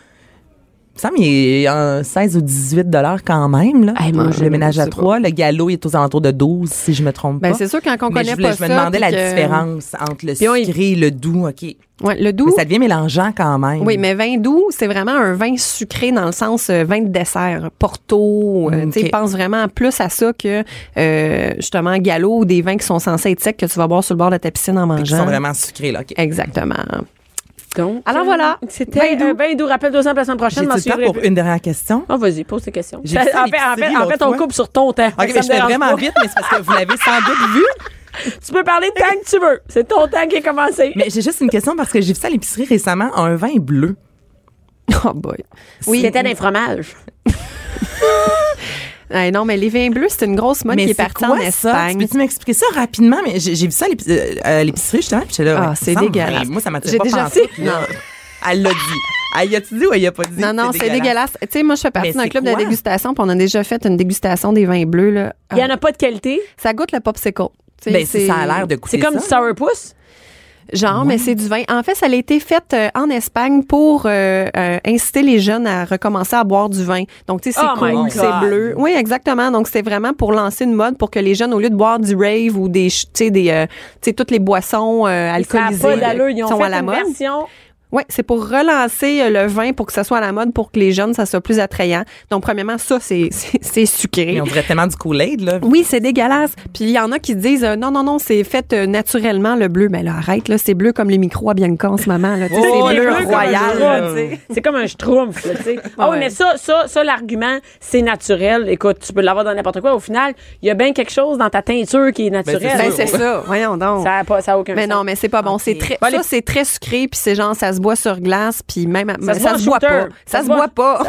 Speaker 2: Il me semble qu'il est en 16 ou 18 dollars quand même. Là.
Speaker 3: Hey, moi, je-
Speaker 2: le ménage à
Speaker 3: je sais
Speaker 2: trois, le galop il est aux alentours de 12, si je me trompe
Speaker 3: Ben,
Speaker 2: pas.
Speaker 3: c'est sûr, quand on
Speaker 2: Mais
Speaker 3: connaît
Speaker 2: je voulais-
Speaker 3: pas
Speaker 2: Je me
Speaker 3: ça,
Speaker 2: demandais la
Speaker 3: puis que-
Speaker 2: différence entre le
Speaker 1: Puis on-
Speaker 2: sucré et le doux. OK.
Speaker 3: Ouais, le doux.
Speaker 2: Mais ça devient mélangeant quand même.
Speaker 3: Oui, mais vin doux, c'est vraiment un vin sucré dans le sens euh, vin de dessert, Porto. euh,
Speaker 2: Mm,
Speaker 3: tu sais,
Speaker 2: ok.
Speaker 3: pense vraiment plus à ça que euh, justement galop ou des vins qui sont censés être secs que tu vas boire sur le bord de ta piscine en
Speaker 2: Ils sont
Speaker 3: mangeant.
Speaker 2: vraiment sucrés, là. OK.
Speaker 3: Exactement.
Speaker 1: Donc,
Speaker 3: Alors
Speaker 1: euh,
Speaker 3: voilà.
Speaker 1: C'était
Speaker 3: Ben doux.
Speaker 1: euh, ben doux. Rappelle-toi la semaine
Speaker 2: J'ai
Speaker 1: prochaine,
Speaker 2: tout
Speaker 1: m'en
Speaker 2: le temps
Speaker 1: suivrai
Speaker 2: pour
Speaker 1: plus.
Speaker 2: une dernière question.
Speaker 1: Ah, vas-y, pose tes questions.
Speaker 2: J'ai
Speaker 1: En
Speaker 2: fait
Speaker 1: fait, en
Speaker 2: l'épicerie
Speaker 1: fait, en
Speaker 2: l'autre
Speaker 1: fait, on
Speaker 2: fois.
Speaker 1: coupe sur ton temps.
Speaker 2: OK,
Speaker 1: Ça
Speaker 2: mais
Speaker 1: me
Speaker 2: je fais
Speaker 1: dérange
Speaker 2: vraiment
Speaker 1: pas.
Speaker 2: vite, mais c'est parce que vous l'avez sans doute vu.
Speaker 1: Tu peux parler tant que tu veux. C'est ton temps qui est commencé.
Speaker 2: Mais j'ai juste une question parce que j'ai vu ça à l'épicerie récemment, un vin bleu.
Speaker 3: Oh boy.
Speaker 1: oui. C'était d'un fromage.
Speaker 3: Eh non, mais les vins bleus, c'est une grosse mode
Speaker 2: mais
Speaker 3: qui est
Speaker 2: c'est
Speaker 3: partie
Speaker 2: quoi
Speaker 3: en
Speaker 2: ça? Tu
Speaker 3: Espagne.
Speaker 2: peux-tu m'expliquer ça rapidement? Mais j'ai j'ai vu ça à l'épi- euh, à l'épicerie, justement, puis j'étais là.
Speaker 3: Ah,
Speaker 2: ouais,
Speaker 3: c'est
Speaker 2: il me semble,
Speaker 3: dégueulasse.
Speaker 2: mais Moi, ça m'a
Speaker 3: J'ai
Speaker 2: pas
Speaker 3: déjà
Speaker 2: pensé.
Speaker 3: fait- non.
Speaker 2: Elle l'a dit. Elle y a-tu dit ou elle y a pas dit?
Speaker 3: Non, non, c'est dégueulasse. Tu sais, moi, je fais partie
Speaker 2: Mais
Speaker 3: d'un
Speaker 2: c'est
Speaker 3: club de
Speaker 2: quoi?
Speaker 3: dégustation, puis on a déjà fait une dégustation des vins bleus. Là. Ah,
Speaker 1: Il y en a pas de qualité.
Speaker 3: Ça goûte le popsicle. Tu sais,
Speaker 2: Ben,
Speaker 3: c'est-
Speaker 2: ça a l'air de coûter
Speaker 1: C'est comme du
Speaker 2: ça.
Speaker 1: sourpuss.
Speaker 3: Genre, mais c'est du vin. En fait, ça a été fait euh, en Espagne pour euh, euh, inciter les jeunes à recommencer à boire du vin. Donc, tu sais, c'est
Speaker 1: Oh my
Speaker 3: cool,
Speaker 1: God.
Speaker 3: c'est bleu. Oui, exactement. Donc, c'est vraiment pour lancer une mode pour que les jeunes, au lieu de boire du rave ou des, ch- tu sais, des, euh, tu sais, toutes les boissons euh,
Speaker 1: Ça n'a
Speaker 3: alcoolisées
Speaker 1: pas d'allure. Ils
Speaker 3: qui
Speaker 1: ont
Speaker 3: sont
Speaker 1: fait
Speaker 3: à la
Speaker 1: une
Speaker 3: mode.
Speaker 1: version.
Speaker 3: Oui, c'est pour relancer euh, le vin pour que ça soit à la mode, pour que les jeunes, ça soit plus attrayant. Donc, premièrement, ça, c'est- c'est c'est sucré.
Speaker 2: Mais on dirait tellement du Kool-Aid, là.
Speaker 3: Oui, c'est dégueulasse. Puis il y en a qui disent euh, non, non, non, c'est fait euh, naturellement le bleu. Mais là, arrête, là, c'est bleu comme les micros à Bianca en ce moment. Là, Tu sais,
Speaker 2: Oh,
Speaker 3: c'est
Speaker 2: les
Speaker 3: bleu
Speaker 2: bleus comme
Speaker 3: royal.
Speaker 2: un
Speaker 3: là.
Speaker 2: drone, tu sais.
Speaker 1: C'est comme un schtroumpf, là, tu sais. Ah oui,
Speaker 3: Ouais.
Speaker 1: mais ça, ça, ça l'argument, c'est naturel. Écoute, tu peux l'avoir dans n'importe quoi. Au final, il y a bien quelque chose dans ta teinture qui est naturelle.
Speaker 3: Ben, c'est ça. Voyons donc.
Speaker 1: Ça n'a pas, ça a aucun
Speaker 3: mais
Speaker 1: sens.
Speaker 3: non, mais c'est pas bon. C'est très,
Speaker 2: Pas les-
Speaker 3: ça, c'est très sucré, puis c'est genre, ça se boit sur glace, puis même, mais ça,
Speaker 1: se boit en
Speaker 3: se boit
Speaker 1: shooter.
Speaker 3: pas. Ça, se boit pas.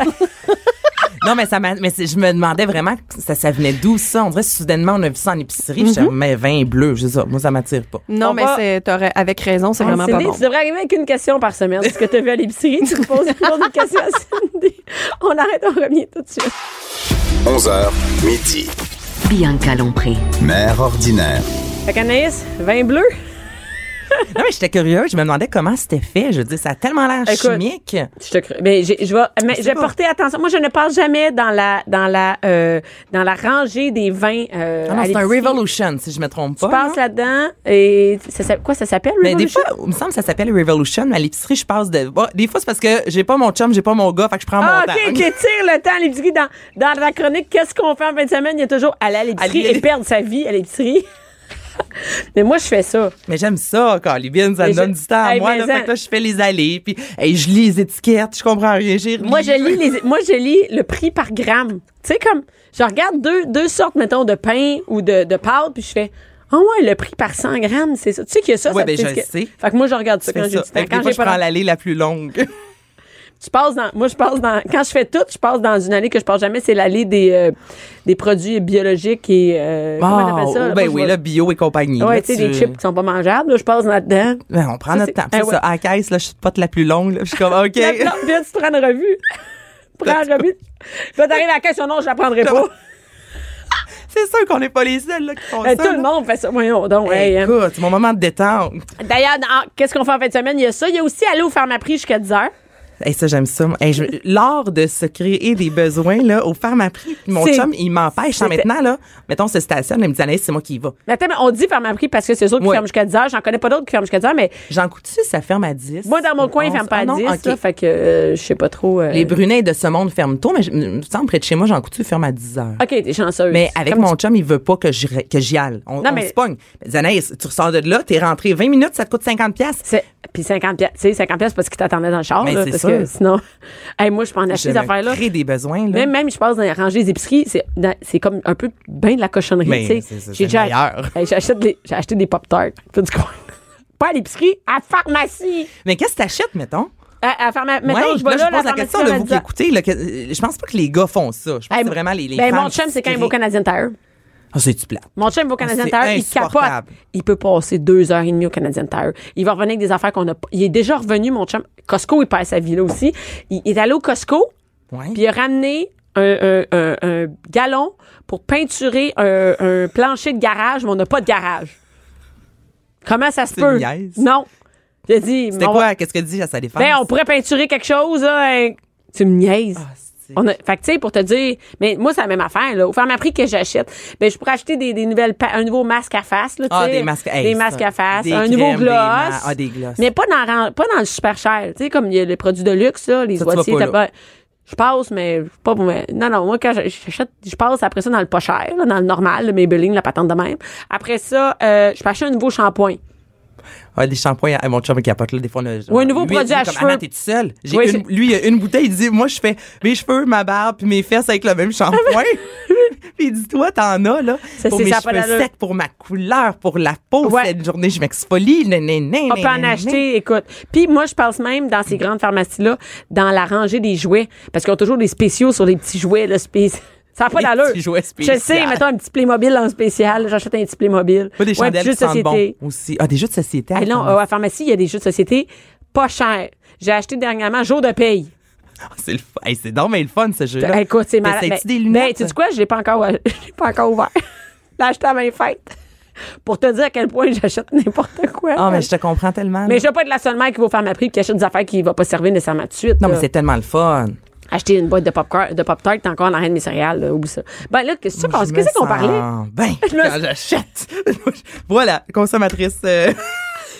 Speaker 2: Non, mais ça m'a- mais c'est- je me demandais vraiment, ça, ça venait d'où ça? On dirait soudainement, on a vu ça en épicerie, puis
Speaker 3: Mm-hmm.
Speaker 2: j'étais, mais vin bleu, je sais ça, moi, ça m'attire pas.
Speaker 3: non,
Speaker 1: On
Speaker 3: mais
Speaker 1: va- Ah,
Speaker 3: c'est, t'aurais- avec raison, c'est vraiment pas
Speaker 1: Cindy,
Speaker 3: bon.
Speaker 1: tu devrais arriver avec une question par semaine. Ce que tu as vu à l'épicerie, tu te poses tu poses une question à Cindy. On arrête, on revient tout de suite.
Speaker 4: 11h, midi.
Speaker 5: Bianca Lompré.
Speaker 4: Mère ordinaire.
Speaker 1: Fait qu'Anaïs, vin bleu.
Speaker 2: Non, mais j'étais curieuse, je me demandais comment c'était fait. Je veux dire, ça a tellement l'air
Speaker 1: Écoute.
Speaker 2: chimique.
Speaker 1: Je te crée. Mais j'ai- je vais, mais je vais
Speaker 2: pas.
Speaker 1: porter attention. Moi, je ne passe jamais dans la, dans la, euh, dans la rangée des vins. Euh,
Speaker 2: Ah non,
Speaker 1: à
Speaker 2: c'est un
Speaker 1: l'épicerie.
Speaker 2: Revolution, si je me trompe pas.
Speaker 1: Tu passes
Speaker 2: là.
Speaker 1: là-dedans et ça, s'appelle- quoi ça s'appelle?
Speaker 2: Mais Ben, des
Speaker 1: Revolution?
Speaker 2: fois, il me semble que ça s'appelle Revolution, mais à l'épicerie, je passe de. Bon, des fois, c'est parce que j'ai pas mon chum, j'ai pas mon gars, fait que je prends
Speaker 1: Ah,
Speaker 2: mon
Speaker 1: OK,
Speaker 2: temps.
Speaker 1: qui tire le temps à l'épicerie. Dans, dans la chronique, qu'est-ce qu'on fait en fin de semaine? Il y a toujours aller à l'épicerie
Speaker 2: Aller-
Speaker 1: et perdre sa vie à l'épicerie. mais moi, je fais ça.
Speaker 2: Mais j'aime ça, Colibine, ça
Speaker 1: Mais
Speaker 2: me donne
Speaker 1: je-
Speaker 2: du temps à
Speaker 1: Hey,
Speaker 2: moi.
Speaker 1: mais
Speaker 2: Là,
Speaker 1: ça-
Speaker 2: fait que là, je fais les allées, puis hey, je lis les étiquettes, je comprends rien, j'ai
Speaker 1: Moi, je lis les, moi, je lis le prix par gramme. Tu sais, comme, je regarde deux, deux sortes, mettons, de pain ou de, de pâte, puis je fais, ah ouais, le prix par 100 grammes, c'est ça. Tu sais qu'il y a ça,
Speaker 2: Ouais,
Speaker 1: ça
Speaker 2: ben,
Speaker 1: fait
Speaker 2: je
Speaker 1: que-
Speaker 2: le sais.
Speaker 1: Fait que moi, je regarde ça
Speaker 2: C'est
Speaker 1: quand j'ai
Speaker 2: ça.
Speaker 1: du temps.
Speaker 2: Fait que des
Speaker 1: Quand
Speaker 2: fois,
Speaker 1: j'ai
Speaker 2: je
Speaker 1: pas
Speaker 2: prends
Speaker 1: le-
Speaker 2: l'allée la plus longue.
Speaker 1: Tu passes dans. Moi, je passe dans. Quand je fais tout, je passe dans une allée que je passe jamais. C'est l'allée des, euh, des produits biologiques et. euh, comment on appelle ça?
Speaker 2: oh,
Speaker 1: là?
Speaker 2: ben
Speaker 1: Moi,
Speaker 2: oui,
Speaker 1: je
Speaker 2: là, bio et compagnie.
Speaker 1: vois- Ouais,
Speaker 2: là,
Speaker 1: tu sais,
Speaker 2: tu-
Speaker 1: des chips qui sont pas mangeables. là, je passe là-dedans.
Speaker 2: Ben, on prend
Speaker 1: Ça,
Speaker 2: notre
Speaker 1: c'est-
Speaker 2: temps. Puis
Speaker 1: Ah
Speaker 2: c'est
Speaker 1: ouais.
Speaker 2: ça, à la caisse, là, je suis pas de la plus longue. Là, Puis je suis comme, OK.
Speaker 1: Là, là, puis là, tu prends une revue. prends une revue. Puis là, t'arrives à la question, non, je la prendrai pas.
Speaker 2: c'est sûr qu'on n'est pas les seuls là, qui font
Speaker 1: Ben,
Speaker 2: ça.
Speaker 1: tout le
Speaker 2: là.
Speaker 1: monde fait ça. Voyons donc. hey,
Speaker 2: Hey,
Speaker 1: hein.
Speaker 2: écoute, mon moment de détente.
Speaker 1: D'ailleurs, dans- qu'est-ce qu'on fait en fin de semaine? Il y a ça. Il y a aussi aller au pharmaprix jusqu'à 10 heures.
Speaker 2: Hey, ça, j'aime ça. Hey, je- L'art de se créer des besoins là, au pharmaprix. Mon
Speaker 1: C'est-
Speaker 2: chum, il m'empêche. Hein,
Speaker 1: c'était-
Speaker 2: Maintenant, là, mettons, se stationne. Il me dit, Anaïs, c'est moi qui y va.
Speaker 1: Mais attends, mais on dit pharmaprix parce que c'est sûr qu'ils
Speaker 2: Ouais.
Speaker 1: ferment jusqu'à 10 heures. J'en connais pas d'autres qui ferment jusqu'à 10 heures, mais
Speaker 2: J'en coûte-tu, ça ferme à 10?
Speaker 1: moi, dans mon coin, ils
Speaker 2: 11?
Speaker 1: ferment pas
Speaker 2: Ah
Speaker 1: à 10.
Speaker 2: non? OK.
Speaker 1: là, fait que euh, je sais pas trop. euh,
Speaker 2: Les brunets de ce monde ferment tôt, mais je- il me semble près de chez moi, j'en coûte-tu, ferme à 10 heures.
Speaker 1: OK, t'es chanceuse.
Speaker 2: Mais avec
Speaker 1: Ah, Comme
Speaker 2: mon chum, il veut pas que j'y, que j'y aille. On,
Speaker 1: Non,
Speaker 2: on
Speaker 1: mais-
Speaker 2: se pogne. Il dit, Anaïs, tu ressors de là, t'es rentré 20 minutes, ça te coûte 50 piastres.
Speaker 1: C'est- Puis 50 piastres, tu sais, 50 piastres parce qu'ils t'attendaient dans le char,
Speaker 2: Mais
Speaker 1: là,
Speaker 2: c'est
Speaker 1: parce
Speaker 2: sûr.
Speaker 1: que sinon... Hey, moi, je peux en acheter ces
Speaker 2: me
Speaker 1: affaires-là.
Speaker 2: crée des besoins. Là.
Speaker 1: Même, même, je passe dans les rangées des épiceries, c'est, dans- c'est comme un peu ben de la cochonnerie, tu
Speaker 2: Mais c'est-
Speaker 1: sais.
Speaker 2: c'est- c'est le meilleur.
Speaker 1: Hey, j'achète des- j'ai acheté des Pop-Tarts. Fais du coin. Pas à l'épicerie, à la pharmacie.
Speaker 2: Mais qu'est-ce que t'achètes, mettons?
Speaker 1: À, à pharma-
Speaker 2: Ouais,
Speaker 1: mettons, je vais là,
Speaker 2: là, je pose la
Speaker 1: pharmacie
Speaker 2: question de vous qui
Speaker 1: Canadien.
Speaker 2: écoutez. là, que- euh, je pense pas que les gars font ça. Je pense
Speaker 1: Hey,
Speaker 2: que c'est vraiment les, les
Speaker 1: ben,
Speaker 2: femmes
Speaker 1: mon chum,
Speaker 2: qui
Speaker 1: c'est quand
Speaker 2: se
Speaker 1: il va au
Speaker 2: créent.
Speaker 1: Canadien Tire.
Speaker 2: Ah, c'est-tu plate?
Speaker 1: Mon chum va au Canadien
Speaker 2: C'est
Speaker 1: Tire, il capote.
Speaker 2: insupportable.
Speaker 1: Il peut passer deux heures et demie au Canadien Tire. Il va revenir avec des affaires qu'on a pas. Il est déjà revenu, mon chum. Costco, il passe sa vie là aussi. Il il est allé au Costco,
Speaker 2: Ouais.
Speaker 1: puis euh, il a ramené un, un- un- un galon pour peinturer un, un plancher de garage, mais on n'a pas de garage. Comment ça se
Speaker 2: C'est
Speaker 1: peut?
Speaker 2: une niaise.
Speaker 1: Non. J'ai dit,
Speaker 2: C'était
Speaker 1: on va-
Speaker 2: quoi? Qu'est-ce que dit à sa défense?
Speaker 1: ben, on pourrait peinturer quelque chose, là. hein. Tu me niaises.
Speaker 2: Ah, c'est-
Speaker 1: On a, fait que, tu sais, pour te dire, mais moi, c'est la même affaire, là. Au pharmaprix que j'achète, ben, je pourrais acheter des, des nouvelles, pa- un nouveau masque à face, là, tu
Speaker 2: Ah,
Speaker 1: sais.
Speaker 2: des masques- hey,
Speaker 1: Des
Speaker 2: ça.
Speaker 1: masques à face,
Speaker 2: Des
Speaker 1: un
Speaker 2: crèmes,
Speaker 1: nouveau
Speaker 2: des
Speaker 1: gloss.
Speaker 2: ma- ah, des glosses.
Speaker 1: Mais pas dans, ran- pas dans le super cher, tu sais, comme il y a les produits de luxe, là, les
Speaker 2: Ça, tu vas
Speaker 1: oitiers,
Speaker 2: pas
Speaker 1: t'as
Speaker 2: là.
Speaker 1: pas- je passe, mais je- pas pour. mais- Non, non, moi, quand je- j'achète, je passe après ça dans le pas cher, là, dans le normal, le Maybelline, la patente de même. Après ça, euh, je peux acheter un nouveau shampoing.
Speaker 2: Ah, des shampoings. Ah, mon chum il capote là, des fois. on a genre
Speaker 1: Ou un nouveau
Speaker 2: huit,
Speaker 1: produit à
Speaker 2: comme,
Speaker 1: cheveux.
Speaker 2: Anna, t'es tout seul. J'ai
Speaker 1: Oui,
Speaker 2: une-
Speaker 1: c'est-
Speaker 2: lui, il a une bouteille. Il dit Moi, je fais mes cheveux, ma barbe, puis mes fesses avec le même shampoing. puis il dit Toi, t'en as, là.
Speaker 1: Ça,
Speaker 2: pour
Speaker 1: c'est
Speaker 2: mes
Speaker 1: ça, pas
Speaker 2: cheveux
Speaker 1: d'allure.
Speaker 2: secs, pour ma couleur, pour la peau.
Speaker 1: Ouais.
Speaker 2: Cette journée, je m'exfolie. Nan, nan, nan,
Speaker 1: On
Speaker 2: nan,
Speaker 1: peut Ah, en
Speaker 2: nan, nan.
Speaker 1: acheter, écoute. Puis moi, je passe même dans ces grandes pharmacies-là, dans la rangée des jouets, parce qu'ils ont toujours des spéciaux sur les petits jouets, là, spé- Ça n'a pas
Speaker 2: Les
Speaker 1: d'allure.
Speaker 2: petits jouets
Speaker 1: Je sais,
Speaker 2: spéciaux.
Speaker 1: mettons un petit Playmobil en spécial, j'achète un petit Playmobil.
Speaker 2: Pas des
Speaker 1: Ouais, un
Speaker 2: chandelles
Speaker 1: petit jeu
Speaker 2: qui
Speaker 1: de
Speaker 2: sentent bon
Speaker 1: société.
Speaker 2: aussi. Ah, des jeux de société.
Speaker 1: Ah non,
Speaker 2: attends.
Speaker 1: à la pharmacie, il y a des jeux de société pas chers. J'ai acheté dernièrement Jour de paye.
Speaker 2: Ah, C'est le fun. Hey, c'est donc mais le fun, ce jeu-là.
Speaker 1: Ben, écoute, c'est malade.
Speaker 2: T'essayes-tu
Speaker 1: Ben,
Speaker 2: des lunettes?
Speaker 1: ben, tu sais quoi, je l'ai pas encore, je l'ai pas encore ouvert. Je l'ai acheté à ma fête. Pour te dire à quel point j'achète n'importe quoi.
Speaker 2: Ah, mais je te comprends tellement.
Speaker 1: Mais
Speaker 2: là.
Speaker 1: je vais pas être la seule mère qui va faire ma prix et qui achète des affaires qui ne vont pas servir nécessairement tout de suite.
Speaker 2: Non,
Speaker 1: là.
Speaker 2: mais c'est tellement le fun.
Speaker 1: Acheter une boîte de pop de pop tart t'es encore dans la reine mes céréales, là, oublie ça. Ben là, qu'est-ce que tu penses?
Speaker 2: Je
Speaker 1: Qu'est-ce
Speaker 2: me
Speaker 1: qu'on parlait?
Speaker 2: sens Ben,
Speaker 1: me-
Speaker 2: quand j'achète. voilà, consommatrice. euh,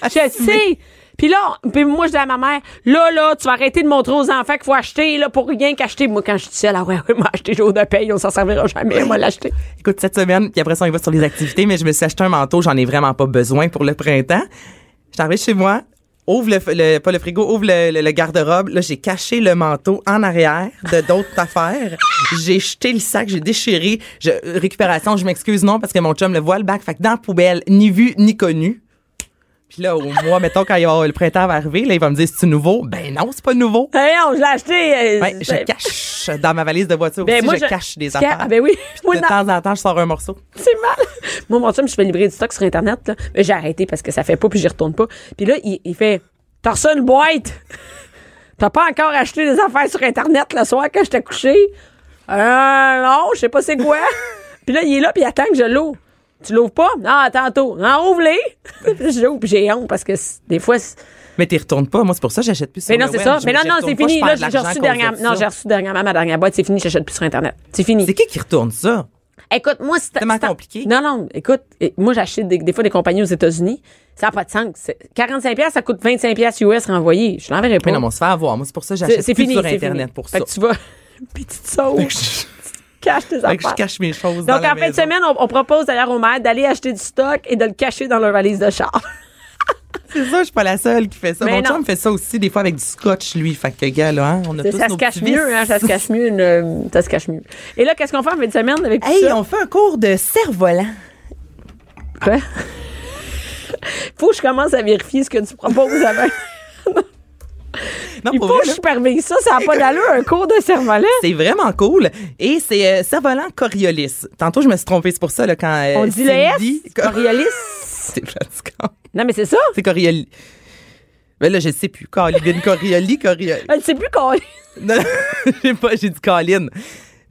Speaker 1: Je sais! Puis là, on- puis moi, je dis à ma mère, là, là, tu vas arrêter de montrer aux enfants qu'il faut acheter, là, pour rien qu'acheter. Moi, quand je suis seule, ah ouais, ouais, moi, acheter jour de paye, on s'en servira jamais, moi, l'acheter.
Speaker 2: Écoute, cette semaine, puis après ça, on y va sur les activités, mais je me suis acheté un manteau, j'en ai vraiment pas besoin pour le printemps. Je suis arrivée chez moi, ouvre le, f- le- pas le frigo, ouvre le, le- le garde-robe. Là, j'ai caché le manteau en arrière de d'autres affaires. J'ai jeté le sac, j'ai déchiré. Je, récupération, je m'excuse, non, parce que mon chum le voit le bac. Fait que dans la poubelle, ni vu, ni connu. Puis là, au mois, mettons, quand il va avoir- le printemps va arriver, là, il va me dire, c'est-tu nouveau? Ben non, c'est pas nouveau.
Speaker 1: Ben non, je l'ai acheté. euh,
Speaker 2: Ben, je
Speaker 1: ben,
Speaker 2: cache dans ma valise de voiture
Speaker 1: ben,
Speaker 2: aussi,
Speaker 1: moi,
Speaker 2: je, cache des
Speaker 1: je-
Speaker 2: affaires.
Speaker 1: Ah, ben oui. Moi,
Speaker 2: de
Speaker 1: non,
Speaker 2: temps en temps, je sors un morceau.
Speaker 1: c'est mal. Moi, mon chum, je fais livrer du stock sur Internet, là. Mais j'ai arrêté parce que ça fait pas, puis j'y retourne pas. Puis là, il, il fait, t'as reçu une boîte! T'as pas encore acheté des affaires sur Internet le soir quand j'étais couché? Euh, non, je sais pas c'est quoi. puis là, il est là, puis il attend que je l'ouvre. Tu l'ouvres pas? Non, tantôt. Non, ouvre-les! Puis je l'ouvre, puis j'ai honte parce que c- des fois, c'est-
Speaker 2: Mais t'y retournes pas. Moi, c'est pour ça que j'achète plus sur
Speaker 1: Mais non,
Speaker 2: le
Speaker 1: c'est
Speaker 2: web.
Speaker 1: ça.
Speaker 2: Je-
Speaker 1: Mais non,
Speaker 2: j'y
Speaker 1: non,
Speaker 2: retourne
Speaker 1: c'est
Speaker 2: pas,
Speaker 1: fini.
Speaker 2: je perds
Speaker 1: Là,
Speaker 2: de
Speaker 1: j'ai
Speaker 2: l'argent à
Speaker 1: reçu
Speaker 2: cause de
Speaker 1: dernièrement. Non,
Speaker 2: ça.
Speaker 1: j'ai reçu dernièrement ma dernière boîte. C'est fini, j'achète plus sur Internet. C'est fini.
Speaker 2: C'est qui qui retourne ça?
Speaker 1: Écoute, moi, c'est
Speaker 2: tellement
Speaker 1: c'est un-
Speaker 2: compliqué.
Speaker 1: Non, non, écoute, eh, moi, j'achète des, des fois des compagnies aux États-Unis. Ça n'a pas de sens. C'est- 45$, piastres, ça coûte 25$ piastres US renvoyé. Je l'enverrai pas.
Speaker 2: Mais non, mais on se fait avoir. Moi, c'est pour ça que
Speaker 1: Oh. c'est
Speaker 2: j'achète
Speaker 1: c'est
Speaker 2: plus
Speaker 1: fini.
Speaker 2: sur
Speaker 1: c'est
Speaker 2: Internet
Speaker 1: fini.
Speaker 2: pour
Speaker 1: Fait
Speaker 2: ça.
Speaker 1: que tu vas. Puis tu te sauves.
Speaker 2: Fait que je-
Speaker 1: tu caches tes
Speaker 2: fait que je
Speaker 1: affaires.
Speaker 2: cache mes choses.
Speaker 1: Donc,
Speaker 2: dans la
Speaker 1: en fin de
Speaker 2: maison.
Speaker 1: semaine, on, on propose d'ailleurs aux maires d'aller acheter du stock et de le cacher dans leur valise de char.
Speaker 2: C'est ça, je suis pas la seule qui fait ça.
Speaker 1: Mais
Speaker 2: Mon
Speaker 1: non.
Speaker 2: chum fait ça aussi, des fois, avec du scotch, lui. Fait que, gars, là, hein, on a tous
Speaker 1: ça se
Speaker 2: nos
Speaker 1: cache
Speaker 2: petits
Speaker 1: mieux,
Speaker 2: vices.
Speaker 1: hein, ça se cache mieux. une, euh, ça se cache mieux. Et là, qu'est-ce qu'on fait en fin de semaine avec tout
Speaker 2: Hey,
Speaker 1: ça?
Speaker 2: on fait un cours de cerf-volant.
Speaker 1: Quoi? Faut que je commence à vérifier ce que tu proposes avant.
Speaker 2: Non,
Speaker 1: Il
Speaker 2: pour
Speaker 1: faut
Speaker 2: vrai,
Speaker 1: que
Speaker 2: là.
Speaker 1: je permets ça, ça n'a pas d'allure, un cours de cerf-volant.
Speaker 2: C'est vraiment cool. Et c'est euh, cerf-volant Coriolis. Tantôt, je me suis trompée, c'est pour ça, là, quand. euh,
Speaker 1: On dit le
Speaker 2: Cindy-
Speaker 1: F, Coriolis.
Speaker 2: C'est fatigant.
Speaker 1: Non, mais c'est ça.
Speaker 2: C'est Coriolis. Ben là, je sais plus. Caroline Coriolis, Coriolis.
Speaker 1: Elle sait plus qu'on...
Speaker 2: Non, non, j'ai pas, j'ai dit Caroline.